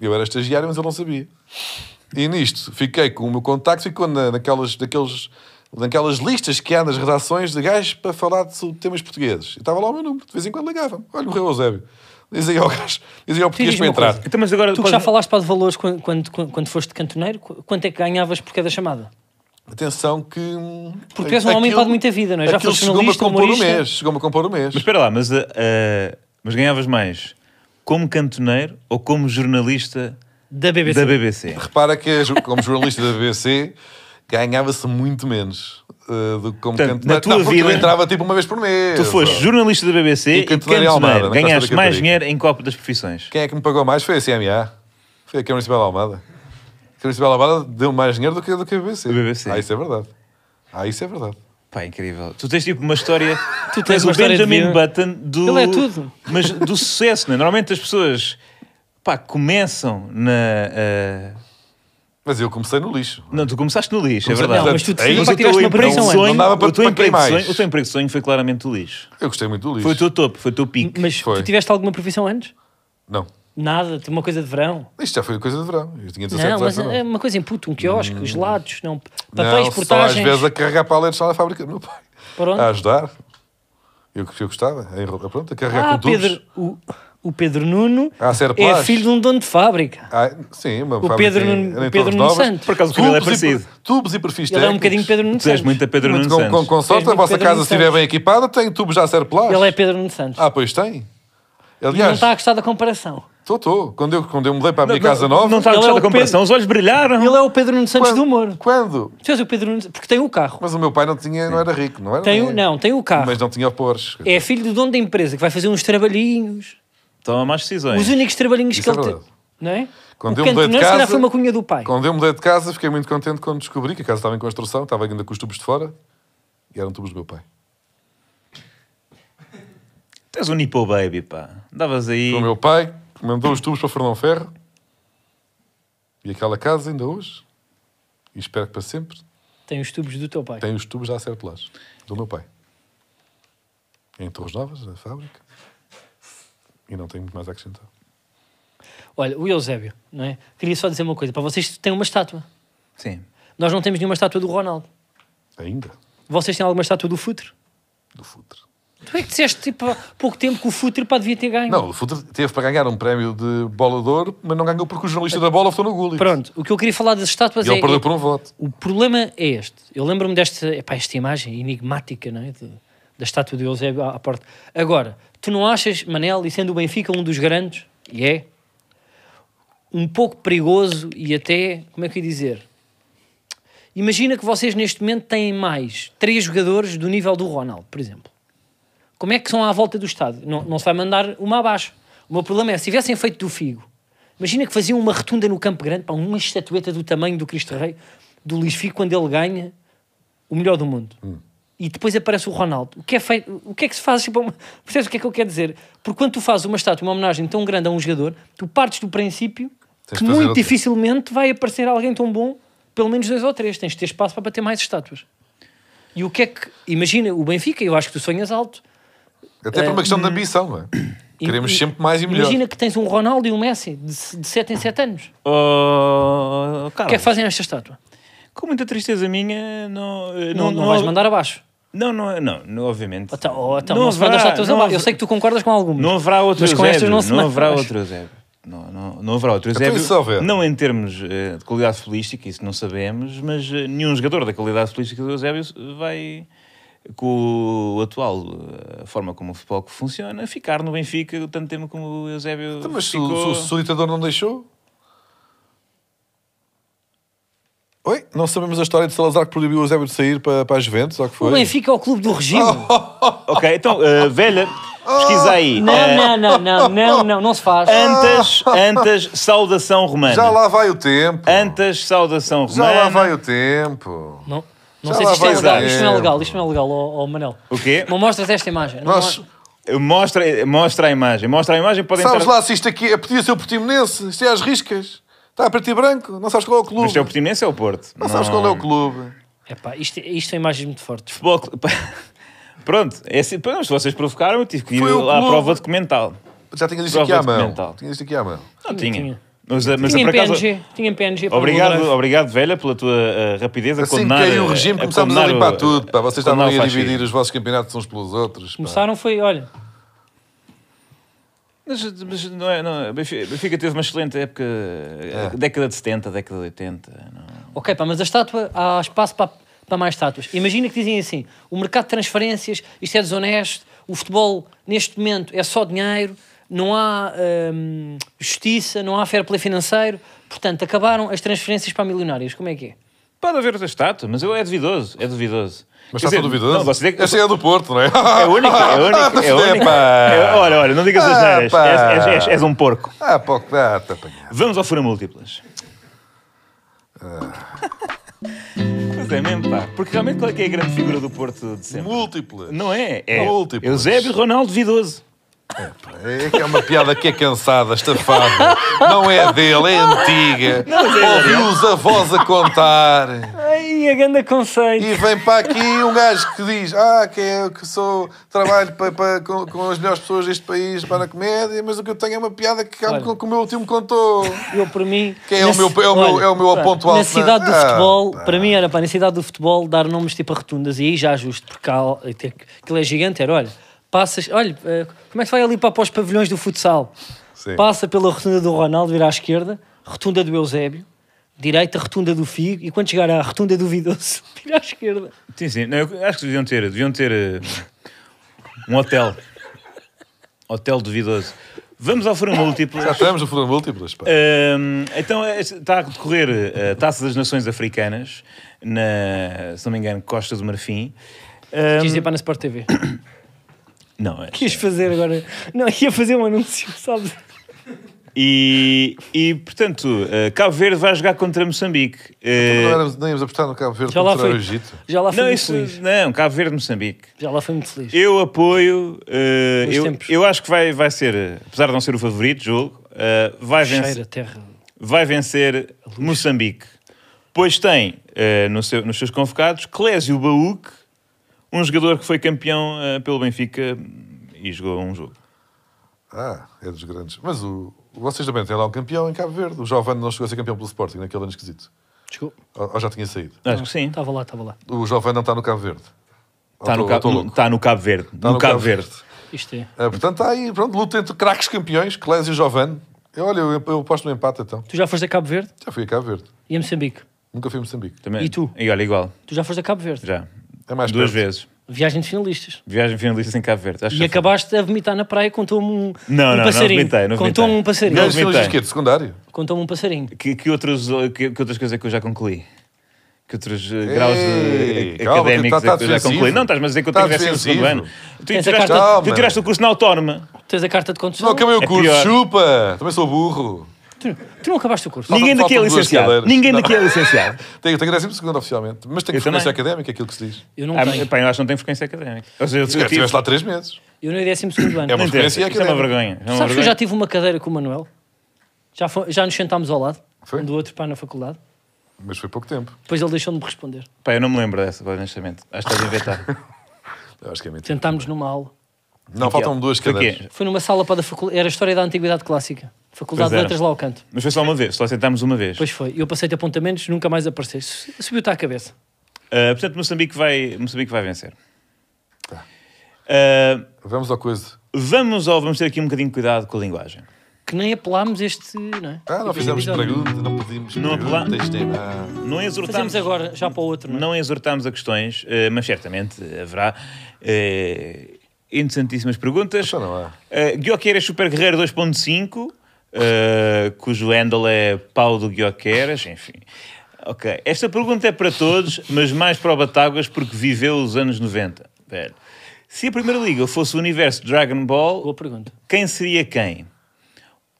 B: Eu era estagiário, mas eu não sabia. E nisto, fiquei com o meu contacto, ficou na, naquelas, naqueles, naquelas listas que há nas redações de gajos para falar de sobre temas portugueses. E estava lá o meu número, de vez em quando ligava. Olha, morreu o Eusébio. Diz aí ao gajo, diz aí ao português para entrar.
A: Então, mas agora,
C: tu que já falaste para de valores quando, quando, quando, quando foste cantoneiro, qu- quanto é que ganhavas por cada chamada?
B: Atenção que... hum,
C: Porque tu és um homem que
B: aquilo-
C: vale muita vida, não é? Já
B: aquilo
C: foste
B: chegou-me a
C: jornalista,
B: compor o
C: humorista.
B: mês. Chegou-me a compor o mês.
A: Mas espera lá, mas, ah, ah, mas ganhavas mais como cantoneiro ou como jornalista
C: da
A: BBC?
B: Repara que ju- como jornalista da BBC ganhava-se muito menos eh, do que como
A: Portanto,
B: cantor.
A: na tua
B: não, porque eu
A: vida-
B: entrava tipo uma vez por mês.
A: Tu foste
B: ó.
A: jornalista da BBC
B: E
A: e
B: cantoneiro em
A: cantoneiro.
B: Almada, na Costa da
A: Ganhaste mais
B: Caparica.
A: dinheiro em Copa das Profissões.
B: Quem é que me pagou mais? Foi a CMA. Foi a Câmara Municipal de Almada. A Câmara Municipal de Almada deu mais dinheiro do que, do que a BBC. Ah, isso é verdade. Ah, isso é verdade.
A: Pá, incrível. Tu tens tipo uma história.
C: *laughs* Tu
B: tens
A: tens
B: uma
A: o
B: história de
A: Benjamin
B: vida.
A: Button do.
C: Ele é tudo.
A: *laughs* Mas do sucesso, não é? Normalmente as pessoas. Pá, começam na. eh,
B: Mas eu comecei no lixo.
A: Não, tu começaste no lixo, é
B: Comecei-
A: verdade.
B: Não, mas tu Portanto, aí-
A: o
B: tiveste
A: teu
B: uma
A: emprego
B: profissão
A: de
B: antes.
A: sonho,
B: Não dava para-
A: o teu
B: para quem
A: emprego de
B: mais?
A: sonho- o teu emprego de sonho foi claramente o lixo.
B: Eu gostei muito do lixo.
A: Foi o teu topo, foi o teu pico.
C: Mas tu tiveste alguma profissão antes?
B: Não.
C: Nada, uma coisa de verão.
B: Isto já foi coisa de verão. Eu tinha 17
C: Não,
B: anos.
C: mas
B: não. Hum.
C: é uma coisa em puto, um quiosque, gelados, não,
B: Não,
C: papéis, portagens.
B: Só às vezes a carregar paletes lá na fábrica do meu pai.
C: Para onde?
B: A ajudar. Eu que eu gostava. Em roupa- Pronto, a carregar
C: Ah,
B: com tubos.
C: Pedro, o, o Pedro Nuno
B: Ah,
C: é
B: Serplás.
C: filho de um dono de fábrica.
B: Ah, sim, uma
C: O
B: fábrica
C: Pedro
B: em-
C: Nuno-
B: era em
C: o Pedro
B: Torres
C: Nuno
B: Novas.
C: Santos. Por acaso, o cabelo é
B: Tubos e per-
A: parecido.
B: Tubos e perfis
C: Ele é um
B: técnicos.
C: bocadinho Pedro Nuno
A: Tu és
C: Santos.
A: muito a Pedro
B: Muito
A: Nuno
B: com, com,
A: Santos.
B: com sorte,
C: És
B: a vossa
C: muito Pedro
B: casa,
C: Nuno
B: se estiver
C: Santos.
B: bem equipada, tem tubos já Serplás.
C: Ele é Pedro Nuno Santos.
B: Ah, pois tem.
C: E não
B: Aliás,
C: está a gostar da comparação.
B: estou, estou. Quando eu, quando eu mudei para a minha
C: Não- não-
B: casa nova...
C: não está a Ele gostar é o da comparação, Pedro-
A: os olhos brilharam.
C: Ele é o Pedro Nuno Santos do humor.
B: Quando?
C: Tu és o Pedro Nuno porque tem o carro.
B: Mas o meu pai não tinha, não era rico, não era?
C: Tem o-
B: Nem-
C: não, tem o carro.
B: Mas não tinha Porsche.
C: É filho do dono da empresa que vai fazer uns trabalhinhos.
A: Toma mais decisões.
C: Os únicos trabalhinhos
B: Isso
C: que
B: é
C: ele
B: verdade.
C: teve. Não é?
B: Quando
C: o
B: eu mudei de
C: cantoneiro, se calhar,
B: casa-
C: foi uma cunha do pai.
B: Quando eu mudei de casa, fiquei muito contente quando descobri que a casa estava em construção, estava ainda com os tubos de fora, e eram tubos do meu pai.
A: Tu és um Nipo Baby, pá. Davas aí.
B: O meu pai que mandou os tubos para Fernão Ferro, e aquela casa ainda hoje, e espero que para sempre,
C: Tem os tubos do teu pai.
B: tem os tubos da Acerpelás, do meu pai. Em Torres Novas, na fábrica. E não tenho muito mais a acrescentar.
C: Olha, o Eusébio, não é? Queria só dizer uma coisa. Para vocês têm uma estátua.
A: Sim.
C: Nós não temos nenhuma estátua do Ronaldo.
B: Ainda?
C: Vocês têm alguma estátua do Futre?
B: Do Futre.
C: Tu é que disseste tipo, há pouco tempo que o Futre pá, devia ter ganho.
B: Não, o Futre teve para ganhar um prémio de bola de ouro, mas não ganhou porque o jornalista da bola foi no Gullit.
C: Pronto, o que eu queria falar das estátuas
B: E ele
C: é.
B: perdeu por um voto.
C: O problema é este. Eu lembro-me desta epá, esta imagem enigmática, não é? De- da estátua de Eusébio à, à porta. Agora, tu não achas, Manel, e sendo o Benfica um dos grandes, e é, um pouco perigoso e até, como é que eu ia dizer? Imagina que vocês neste momento têm mais três jogadores do nível do Ronaldo, por exemplo. Como é que são à volta do estádio? Não, não se vai mandar uma abaixo. O meu problema é, se tivessem feito do Figo, imagina que faziam uma retunda no Campo Grande, pá, uma estatueta do tamanho do Cristo Rei, do Luís Figo, quando ele ganha o melhor do mundo. E depois aparece o Ronaldo. O que é, feito, o que, é que se faz? *laughs* Tipo, uma- percebes o que é que eu quero dizer? Porque quando tu fazes uma estátua, uma homenagem tão grande a um jogador, tu partes do princípio
B: Tens de
C: que
B: fazer
C: muito
B: outra.
C: dificilmente vai aparecer alguém tão bom, pelo menos dois ou três. Tens de ter espaço para bater mais estátuas. E o que é que. Imagina, o Benfica, eu acho que tu sonhas alto.
B: Até por
C: Eh,
B: uma questão de ambição, não é? Queremos sempre mais e melhor.
C: Imagina que tens um Ronaldo e um Messi de 7 em 7 anos.
A: Oh,
C: O que é que fazem esta estátua?
A: Com muita tristeza minha, não. eh,
C: Não, não vais mandar abaixo.
A: Não, não, não, não, obviamente.
C: Então, oh, então, não, se mandam estátuas abaixo. Eu sei que tu concordas com algumas.
A: Não haverá outro
C: Mas com
A: Eusébio,
C: estas não
A: não,
C: se manda
A: haverá
C: abaixo.
A: outro Eusébio. Não, não, não haverá outro
B: Então, e se
A: Eusébio.
B: houver?
A: Não em termos eh, de qualidade futbolística, isso não sabemos, mas eh, nenhum jogador da qualidade futbolística do Eusébio vai, com o atual, eh, a forma como o futebol que funciona, ficar no Benfica tanto tempo como o Eusébio
B: Então, Mas se,
A: ficou.
B: o- se o- se o ditador não deixou. Oi? Não sabemos a história de Salazar que proibiu o Eusébio de sair para, para a Juventus, ou o que foi?
C: O Benfica é o clube do regime.
A: Ok, então, eh, velha, pesquisa
B: Oh!
A: aí.
C: Não,
A: Eh,
C: não, não, não, não, não, não se faz.
A: Antas,
B: *laughs*
A: antas, saudação romana.
B: Já lá vai o tempo.
A: Antas, saudação
B: Já
A: romana.
B: lá vai o tempo.
C: Não, não
B: Já
C: sei
B: lá
C: se isto é
B: vai
C: legal.
B: dar.
C: Isto não é legal, isto não é legal, ó, ó, Manel.
A: O quê?
C: Não mostras esta imagem. Não
B: Nós-
C: mo-
A: Mostra, mostra a imagem. Mostra a imagem. Podem
B: Sabes
A: entrar...
B: lá se isto aqui é, podia ser o Portimonense, isto é às riscas. Está a preto e branco, não sabes qual é o clube.
A: Mas se é o Portimonense ou o Porto?
B: Não sabes qual é o clube.
C: Epá, isto, isto são imagens muito fortes.
A: Futebol cl- *laughs* Pronto, é assim, pronto, se vocês provocaram, eu tive que ir
B: Foi o
A: lá à
B: clube.
A: prova documental.
B: Já tinhas isto
A: Prova
B: aqui à
A: documental.
B: mão. Tinhas isto aqui à mão.
A: Não
C: Tinha,
A: tinha.
C: tinha.
A: Mas, eh, mas
C: tinha,
A: por
C: em
A: acaso,
C: PNG, tinha em PNG. para
A: obrigado,
C: mudar.
A: obrigado, velha, pela tua eh, rapidez a
B: Assim que
A: condenar.
B: caiu o
A: eh,
B: regime,
A: a
B: começámos a
A: condenar
B: limpar
A: o-
B: tudo. Pá. Vocês
A: a condenar
B: estavam aí
A: o
B: a
A: fascismo.
B: dividir os vossos campeonatos uns pelos outros. pá.
C: Começaram foi, olha,
A: Mas, mas não é, não é. Benfica Benfica teve uma excelente época,
B: É.
A: eh, década de 70, década de 80. não. é?
C: ok, pá, mas a estátua, há espaço para, para mais estátuas. Imagina que dizem assim: o mercado de transferências, isto é desonesto, o futebol neste momento é só dinheiro, não há hum, justiça, não há fair play financeiro. Portanto, acabaram as transferências para milionários. Como é que é?
A: Pode haver outra estátua, mas eu é duvidoso, é duvidoso.
B: Mas
A: Quer
B: está
A: dizer,
B: tudo duvidoso.
A: Não, você diz que-
B: Essa é tá a do
A: *laughs*
B: Porto, não é?
A: É única, é única, é única. É- olha, olha, não
B: Ah,
A: digas as neiras.
B: Epá.
A: És, és- és- és um porco.
B: *laughs* Ah, pouco dá, tá apanhado.
A: Vamos ao Fura Múltiplas.
B: Ah.
A: Pois é mesmo, pá. Porque realmente qual é que é a grande figura do Porto de sempre?
B: Múltiplas.
A: Não é? É
B: Múltiplas.
A: Eusébio Ronaldo Vidoso.
B: É que é uma piada que é cansada, estafada. Não é dele, é antiga.
A: é
B: Ouviu os avós a contar.
C: Ai, a ganda conceito.
B: E vem para aqui um gajo que diz: Ah, que eu que sou, trabalho pa- pa- com, com as melhores pessoas deste país para a comédia, mas o que eu tenho é uma piada que,
C: Olha.
B: que o meu tio me contou.
C: Eu, para mim.
B: Que é
C: na
B: o meu-
C: ci-
B: é o meu- é o meu
C: pá,
B: aponto alto,
C: Na cidade
B: não
C: do
B: é? Ah,
C: futebol, para mim era, pá, na cidade do futebol, dar nomes tipo a rotundas e aí já ajusto, porque há, tem- aquilo é gigante. Era, olha, passas, olha, eh, como é que se vai ali para, para os pavilhões do futsal?
B: Sim.
C: Passa pela rotunda do Ronaldo, vira à esquerda, rotunda do Eusébio, direita, rotunda do Figo e quando chegar à rotunda do Vidoso, *laughs* vira à esquerda.
A: Sim, sim. Não, eu acho que deviam ter, deviam ter eh, um hotel. Hotel duvidoso. Vamos ao Fura Múltiplas.
B: Já estamos no Fura Múltiplas. Pá.
A: Hum, então eh, está a decorrer eh, a Taça das Nações Africanas na, se não me engano, Costa do Marfim. Hum,
C: Quis ir é para na Sport TV.
A: não, é.
C: *coughs* Quis fazer agora. Não, ia fazer um anúncio, sabes?
A: E, e, portanto, eh, Cabo Verde vai jogar contra Moçambique. Eh,
B: Não éramos, nem íamos apostar no Cabo Verde
C: É. Já lá
B: contra o
C: foi.
B: Egito.
C: Já lá foi
A: não,
C: muito
A: isso,
C: feliz.
A: não, Cabo Verde, Moçambique.
C: Já lá foi muito feliz.
A: Eu apoio. eh,
C: Bons
A: eu,
C: tempos.
A: eu acho que vai, vai ser, eh, apesar de não ser o favorito, jogo, eh, vai vencer.
C: Cheira, terra.
A: vai vencer Moçambique. Pois tem eh, no seu- nos seus convocados Clésio Baúque, um jogador que foi campeão eh, pelo Benfica e jogou um jogo.
B: Ah, é dos grandes. Mas o, vocês também têm lá um campeão em Cabo Verde. O Giovanni não chegou a ser campeão pelo Sporting naquele ano esquisito.
C: Desculpa.
B: Ou, ou já tinha saído.
A: Acho que sim.
C: Estava lá, estava lá.
B: O Giovanni não está no Cabo Verde.
A: Está no,
B: Ou
A: Cabo-
B: estou- ou estou Tá louco. Tá
A: está no Cabo Verde.
B: Está
A: no, Cabo, Verde.
C: Isto é.
B: Ah, portanto, está aí, pronto, luta entre craques campeões, Clésio e Giovanni. Eu, olha, eu, eu aposto no empate então.
C: Tu já foste a Cabo Verde
B: Já fui a Cabo Verde.
C: e a Moçambique.
B: Nunca fui a Moçambique.
A: Também.
C: E tu?
A: E olha, igual,
C: Tu já foste a Cabo Verde.
A: já.
B: É mais
A: Duas
B: perto.
A: vezes.
C: Viagem de finalistas.
A: Viagem finalista em Cabo Verde. Acho que
C: E
A: foi.
C: acabaste a vomitar na praia, contou-me um,
A: Não,
C: um
A: não, não
C: passarinho.
A: vomitei, não
C: contou-me
A: vomitei.
C: um passarinho.
A: Não.
B: Mas filas
A: vomitei.
B: é de quê? De secundário?
C: Contou-me um passarinho.
A: Que, que, outros, que, que outras coisas é que eu já concluí? Que outros eh, graus
B: Ei,
A: de,
B: calma,
A: académicos
B: que tá-
A: é que eu já
B: tá
A: concluí?
B: defensivo.
A: Não, estás, mas é que eu
B: Tá
A: tenho décimo segundo ano.
B: defensivo.
A: Tu
C: Tens a
A: tiraste,
B: carta-
A: tu tiraste o curso na autónoma.
C: Tens a carta de
B: Não
C: condução?
B: acabei o
A: É
B: curso,
A: pior.
B: chupa! Também sou burro.
C: tu, tu não acabaste o curso.
B: Faltam-
A: Ninguém daqui é
B: faltam duas
A: licenciado.
B: cadeiras.
A: Ninguém
B: Não.
A: daqui é licenciado.
B: Tenho, tenho 12 segundo oficialmente, mas tenho
A: Eu
B: frequência
A: também.
B: académica, aquilo que se diz.
C: Eu *laughs* não
A: Ah,
C: tenho.
A: pá, eu acho que não tem frequência académica. Ou seja, eu tive-
B: Estiveste lá três meses.
C: Eu não ia 12 segundo ano.
B: É uma
A: Não interessa, Isto
B: frequência
A: é uma
B: académica.
A: vergonha. É uma
C: Sabes que eu
A: vergonha.
C: já tive uma cadeira com o Manuel? Já, fo- já nos sentámos ao lado,
B: Foi?
C: um do outro, pá, na faculdade.
B: Mas foi pouco tempo.
C: Depois ele deixou-me responder.
A: Pá, eu não me lembro dessa, honestamente. Acho que estás a inventar.
B: Eu acho que é mentira.
C: Sentámos numa aula.
B: Não, faltam-me duas
A: Foi quê?
B: cadeiras.
C: Foi numa sala para da faculdade. Era a história da Antiguidade Clássica.
A: Pois
C: Faculdade de
A: era.
C: Letras lá ao canto.
A: Mas foi só uma vez, só sentámos uma vez.
C: Pois foi. Eu passei-te apontamentos, nunca mais apareceste. Subiu-te à cabeça.
A: Ah, portanto, Moçambique vai, Moçambique vai vencer.
B: Tá.
A: Ah,
B: Vamos ao coisa.
A: vamos, ao, vamos ter aqui um bocadinho de cuidado com a linguagem.
C: Que nem apelámos este. Não é?
B: Ah, não fizemos
C: Episódio.
B: pergunta, não pedimos
A: Não apela-
B: perguntas. nem nada.
A: Não exortamos,
C: Fazemos agora, já para o outro, não é?
A: não exortamos a questões, ah, mas certamente haverá eh, interessantíssimas perguntas.
B: Só Então não há.
A: Uh, Guioqueiras Super Guerreiro 2.5, uh, cujo handle é pau do Guioqueiras, enfim. Ok, esta pergunta é para todos, *laughs* mas mais para o Batáguas porque viveu os anos 90. Velho. Se a Primeira Liga fosse o universo de Dragon
C: Boa
A: Ball,
C: pergunta.
A: quem seria quem?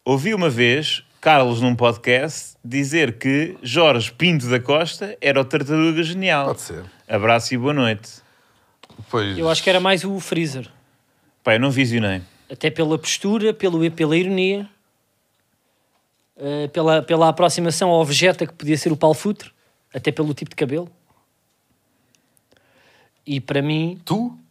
A: Ouvi uma vez Carlos num podcast dizer que Jorge Pinto da Costa era o tartaruga genial.
B: Pode ser.
A: Abraço e boa noite.
B: Pois.
C: Eu acho que era mais o Freezer.
A: Pá, eu não visionei.
C: Até pela postura, pelo, pela ironia, eh, pela, pela aproximação ao vegeta que podia ser o Paulo Futre, até pelo tipo de cabelo. E para mim.
B: Tu? *laughs*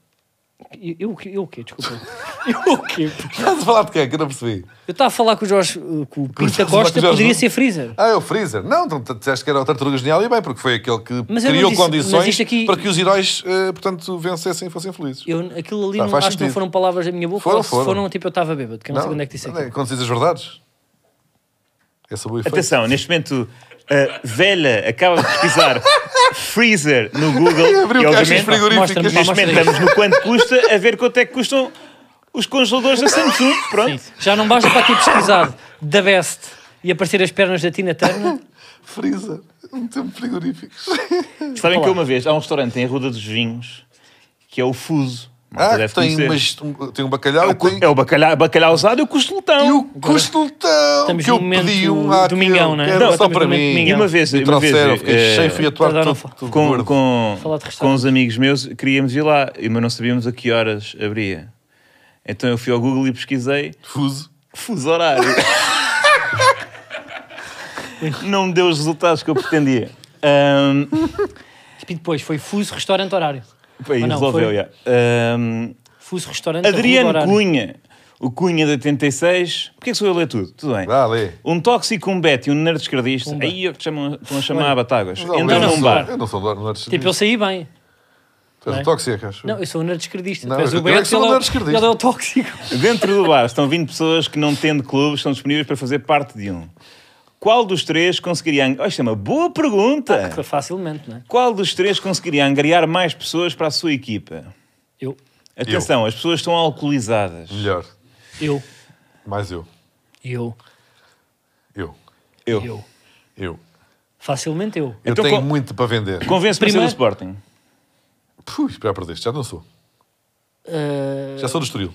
C: Eu, eu, o quê? eu o quê? Desculpa. eu o quê?
B: Estás a falar de quem? Que eu não percebi.
C: Eu estava a falar com o Jorge, eh, com o Pinto da
B: Jorge-
C: Costa,
B: Jorge-
C: poderia ser Freezer.
B: Ah, é o Freezer. Não, então tu disseste que era o Tartaruga Genial e bem, porque foi aquele que
C: Mas eu não
B: criou
C: disse- mas
B: condições
C: isto aqui-
B: para que os heróis, eh, portanto, vencessem e fossem felizes.
C: Eu, aquilo ali
B: Tá,
C: não,
B: faz
C: acho que não
B: sentido.
C: foram palavras da minha boca,
B: Foram,
C: ou se
B: foram.
C: foram, tipo eu estava bêbado, que eu não, sei quando é que disse
B: não
C: aquilo.
B: Quando se diz as verdades. Esse é o efeito.
A: Atenção, neste momento, a velha acaba de pesquisar Freezer no Google.
B: E *laughs* abriu caixas
A: obviamente,
B: frigoríficas.
A: neste
C: Mostra-me,
A: momento
C: mostra-me.
A: estamos no quanto custa, a ver quanto é que custam os congeladores da Samsung, pronto.
C: Já não basta para aqui pesquisado da Best e aparecer as pernas da Tina Turner?
B: Freezer, um tempo frigorífico.
A: Sabem que eu uma vez, há um restaurante em Ruda dos Vinhos, que é o Fuso. Malta
B: Ah,
A: deve
B: tem,
A: conhecer.
B: umas- um- tem um bacalhau e tem...
A: É o bacalhau, bacalhau usado e o costeletão.
B: E o costeletão
C: Estamos
B: que eu
C: num momento
B: pedi um àquele,
C: domingão, né?
B: quero
C: Não,
B: só
C: estamos
B: para
C: num momento
B: mim.
A: E uma vez,
B: Me
A: uma vez
B: trouxeram, fiquei
A: eh,
B: cheio, fui atuar
C: Perdão,
B: todo,
C: não
B: todo
A: com,
B: gordo.
A: com,
C: Falar de restaurante.
A: com os amigos meus, queríamos ir lá, e- mas não sabíamos a que horas abria. Então eu fui ao Google e pesquisei
B: Fuso.
A: fuso
C: *laughs*
A: horário. não me deu os resultados que eu pretendia. Ahm,
C: tipo, E depois foi Fuso Restaurante Horário.
A: bem,
C: Ah, não,
A: resolveu,
C: foi- Então,
A: já. Ahm,
C: Fuso Restaurante
A: Adriano
C: Horário.
A: Cunha, o Cunha de 86. Porquê que sou eu a ler tudo? Tudo bem.
B: Vá, lê.
A: Um tóxico, um bet e um nerd esquerdista.
C: Pumba.
A: Aí é que te chamam, estão a chamar a batáguas.
B: Mas, ó,
A: Entram
B: eu não
A: num
B: sou-
A: bar.
B: Eu não é sou do norte.
C: Então Tipo, eu saí bem.
B: Tu és
C: não
B: um
C: é?
B: tóxico, acho.
C: Não, eu sou um nerd esquerdista.
B: Não,
C: Tu és
B: eu- eu
C: o
B: é que
C: Beto,
B: sou
C: ele,
B: um
C: é o-
B: nerd esquerdista.
C: ele é o tóxico.
A: Dentro do bar estão 20 pessoas que não tendo clube, estão disponíveis para fazer parte de um. Qual dos três conseguiria... ang- Oh, isto é uma boa pergunta.
C: Foi Facilmente, não é?
A: Qual dos três conseguiria angariar mais pessoas para a sua equipa?
C: Eu.
A: Atenção, as pessoas estão alcoolizadas.
B: Melhor.
C: Eu.
B: Mais eu.
C: Eu.
B: Eu.
A: Eu.
C: Eu.
B: Eu.
C: Facilmente eu.
B: Eu
A: Então,
B: tenho
A: qual-
B: muito para vender.
A: Convence-me a ser do
C: Primeiro-
A: Sporting.
B: Puxa, já perdeste. Já não sou.
C: Ah,
B: Já sou do Estoril.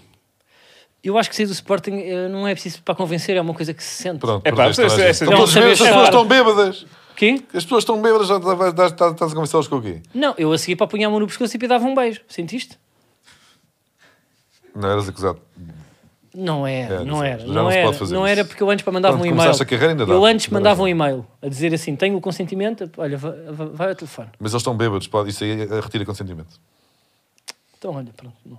C: eu acho que sair do Sporting eh, não é preciso para convencer, é uma coisa que se sente.
B: Pronto,
A: É pá,
B: perdeste.
A: isso-
B: toda a
A: isso-
B: gente.
A: não
B: Estão todos
C: sabia
B: bêbados, As
C: falar.
B: pessoas estão bêbadas.
C: Quê?
B: As pessoas estão bêbadas. Já estás- estás estás a conversá-los com o quê?
C: Não, eu a seguir para apanhar-me no pescoço e para dava um beijo. Sentiste?
B: Não eras acusado.
C: Não era,
B: É,
C: não
B: já
C: era.
B: não
C: não
B: se
C: era,
B: pode fazer
C: não
B: isso.
C: era porque eu antes para mandava
B: Quando
C: um e-mail.
B: começaste a carreira ainda
C: eu
B: dava.
C: antes mandava um
B: Agora
C: e-mail a dizer assim: tenho o consentimento, olha, va- va- vai ao telefone.
B: Mas eles estão bêbados. pá, Isso aí eh, retira consentimento.
C: Então, olha, pronto. não.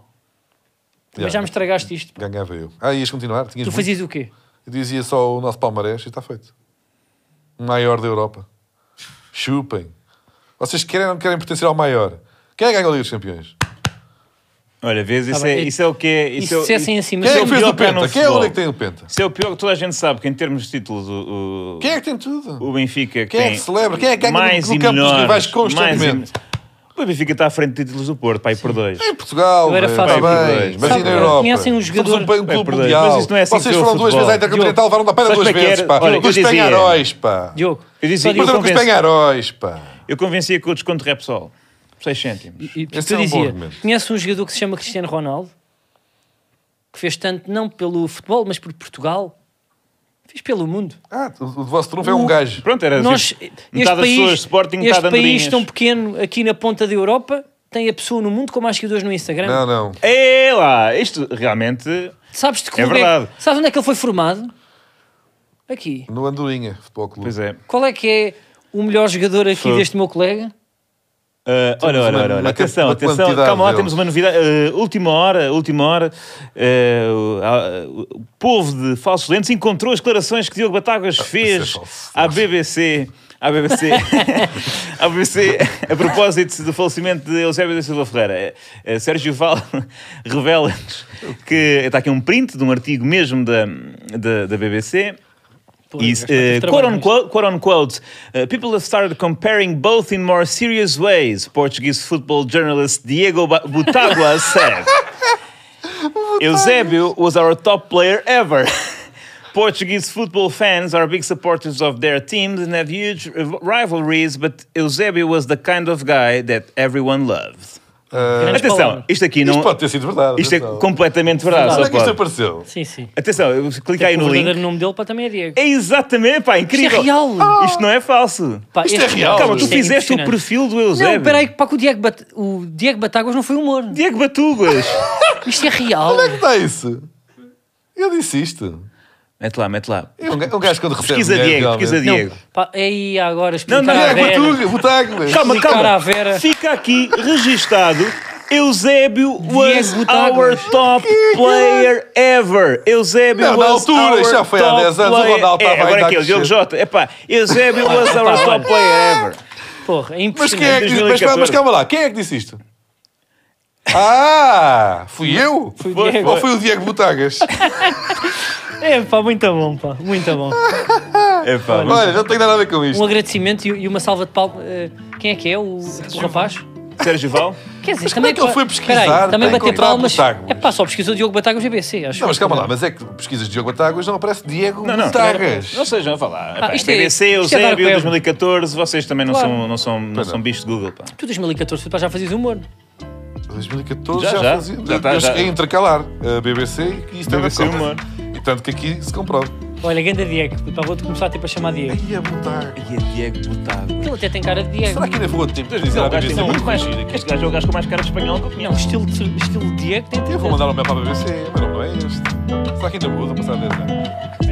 B: Yeah.
C: Mas já me estragaste isto. pá.
B: Ganhava eu. Ah, ias continuar? Tinhas
C: Tu
B: muito.
C: fazias o quê?
B: Eu dizia só o nosso palmarés e está feito. O maior da Europa. Chupem. Vocês querem ou não querem pertencer ao maior? Quem é que ganhou a Liga dos Campeões?
A: Olha, vês, isso,
C: Ah,
A: é,
C: bem,
A: isso é o que é...
C: E
A: Isso
C: se
A: é, o-
C: dissessem assim, mas
B: Quem é
A: eu-
B: que
C: eu,
B: fez
A: pior
B: o
A: que há no
B: Penta? Quem é o
A: futebol?
B: único que tem o Penta?
A: Isso é o pior que toda a gente sabe, que em termos de títulos o, o,
B: Quem é que tem tudo?
A: o Benfica
B: Quem é que celebra? Quem é que ganha
A: mais
B: no
A: e
B: campo dos
A: menores,
B: rivais
A: mais
B: constantemente?
A: e- O Benfica está à frente de títulos do Porto, pai, por dois.
B: Em Portugal,
C: Eu era
B: bem,
C: fácil.
B: está bem.
A: Sabe,
B: Mas e na
A: eh,
B: Europa?
C: conhecem um jogador-
B: Somos um, bem, um
A: Bem,
B: clube
A: perdão,
B: mundial.
A: mas isso não é assim
B: Vocês
A: que eu
B: foram duas
A: futebol.
B: vezes à Intercontinental, levaram da pena
A: Sabe
B: duas
A: como é que
B: vezes,
A: era?
B: pá.
A: Olha, eu
B: Com os
A: dizia-
B: penharóis, pá.
C: Diogo,
A: Eu dizia
C: só
A: que eu
B: Perderam com os
A: convenço-
B: penharóis, pá.
A: Eu convencia com o desconto Repsol. 6 cêntimos.
C: E- e-
B: Esse
C: tu
B: é um bom
C: dizia,
B: argumento.
C: conhece um jogador que se chama Cristiano Ronaldo, que fez tanto não pelo futebol, mas por Portugal, fez pelo mundo.
B: Ah, o o vosso trunfo é um gajo.
A: Pronto, era
C: Nós,
A: tipo,
C: este
A: metade das pessoas de
C: país,
A: Sporting,
C: este
A: metade
C: país
A: andorinhas.
C: tão pequeno aqui na ponta da Europa tem a pessoa no mundo com mais seguidores no Instagram.
B: Não, não.
A: É lá, isto realmente...
C: Sabes de que
A: É
C: clube
A: verdade.
C: que- sabes onde é que ele foi formado? Aqui.
B: No Andorinha Futebol Clube.
A: Pois é.
C: Qual é que é o melhor jogador aqui
A: Foi.
C: deste meu colega?
A: Ah, olha, olha,
B: uma-
A: olha,
B: uma
A: olha. atenção,
B: quant- uma
A: atenção,
B: quantidade
A: calma lá,
B: deles.
A: temos uma novidade. Ah, última hora, última hora. Ah, o- ah, o povo de falsos lentes encontrou as declarações que Diogo Batagas fez
B: isso é falso.
A: à BBC. À
B: *laughs*
A: BBC, à BBC, a propósito do falecimento de Eusébio da Silva Ferreira, Eh, eh, Sérgio Val *laughs* revela-nos que está aqui um print de um artigo mesmo da, da, da BBC. E,
C: Pois,
A: eh,
C: este
A: quote
C: trabalho
A: on
C: nisto.
A: quote, quote on quote, uh, people have started comparing both in more serious ways, Portuguese football journalist Diego Ba-
B: *laughs*
A: Butagua said. Eusebio was our top player ever. *laughs* Portuguese football fans are big supporters of their teams and have huge riv- rivalries, but Eusebio was the kind of guy that everyone loved.
C: Grandes
A: Atenção,
C: palavras.
A: isto aqui
B: Ah, Isto
A: não.
B: pode ter sido verdade.
A: Isto é
B: atenção.
A: completamente verdade.
B: Como
A: só
B: é que isto
A: pode.
B: apareceu?
C: Sim, sim.
A: Atenção, eu clica
C: Até
A: aí
C: que o
A: no
C: verdadeiro
A: link.
C: nome dele para também é Diego.
A: É exatamente, pá, incrível.
C: Isto é real.
A: Isto não é falso.
C: Pá,
B: Isto é
C: este-
B: real.
A: Calma, tu
C: Isto é
A: fizeste o
C: impressionante.
A: perfil do
C: Não,
A: Eusébio.
C: espera aí, pá, que o Diego, Bat... o Diego Batáguas não foi humor.
A: Diego Batugas.
C: Isto é real.
B: Como é que está isso? Eu disse isto.
A: mete lá, mete lá.
B: É Um ga- é um gajo quando recebe.
A: Pesquisa
B: dinheiro,
A: Diego,
B: realmente.
A: pesquisa Diego.
C: Pá, é aí agora explicar
A: Não, é não,
C: à
A: Diego
C: Vera.
B: Batuga, Butagas.
A: Calma,
C: Explicar à
A: calma.
C: Vera.
A: Fica aqui registado. Eusébio was our
C: Butagas.
A: top player ever. Eusébio
B: Não,
A: was
B: na altura,
A: our
B: isto já foi há
A: top
B: 10 anos, o
A: player-
B: Ronaldo
A: é,
B: estava
A: agora
B: ainda a
A: aqui, o Diogo
B: crescer. tá
A: Jota. Epá, Eusébio was
C: Epá,
A: our
C: olha.
A: top player ever.
B: Mas
C: Porra, é
B: quem é
C: impressionante.
B: que. Mas,
A: 2014.
B: espera, mas calma lá, quem é que disse isto? Ah, fui eu?
C: Foi o Diego.
B: Ou foi o
A: *laughs*
B: Diego Butagas?
C: É pá, muito bom, pá, muito bom.
A: Ah, Epá,
B: Olha, não tenho nada a ver com
C: Um
B: isto.
C: agradecimento e e uma salva de palmas. Eh, Quem é que é o, o rapaz?
A: Sérgio Val?
C: Quer dizer,
B: Mas como é
C: também
B: que ele
C: pa-
B: foi pesquisar
C: peraí, também
B: para
C: bater
B: encontrar
C: palmas.
B: Batáguas?
C: É pá, só pesquisou Diogo Batáguas GBC, acho.
B: Não, mas calma lá, mas é que pesquisas Diogo Batáguas não aparece Diego
A: Um Não, não.
B: Batáguas.
A: Não sejam a falar.
C: Ah,
A: Epá,
C: isto é-
A: BBC,
C: isto é dark
A: Eusébio,
C: web.
A: 2014, vocês também não
C: Claro.
A: são, não são, não
B: Pois
A: são bichos de Google, pá.
C: Tu 2014 pá, já fazias humor.
B: 2014
A: Já,
B: já,
A: já.
B: fazia.
A: Já tá,
B: eu
A: já.
B: cheguei a intercalar a BBC e Stand Up
A: BBC
B: Comedy.
A: humor.
B: E tanto que aqui se comprova.
C: Olha, ganda Diego. Pá, vou-te começar tipo, a chamar Diego.
B: Ia botar.
A: E é Diego Botado.
C: Ele até tem cara de Diego.
B: Será que ainda vou a tempo de dizer
A: Não, o é
B: à
A: um gajo
B: BBC?
A: tem muito
B: Muito
A: mais.
B: giro aqui.
A: Este gajo é o gajo com mais cara de espanhol que eu
C: Não,
A: conheço.
C: estilo, estilo Diego tem
B: Eu vou mandar o meu para a BBC, mas não é este. Será que ainda muda passar 10 anos?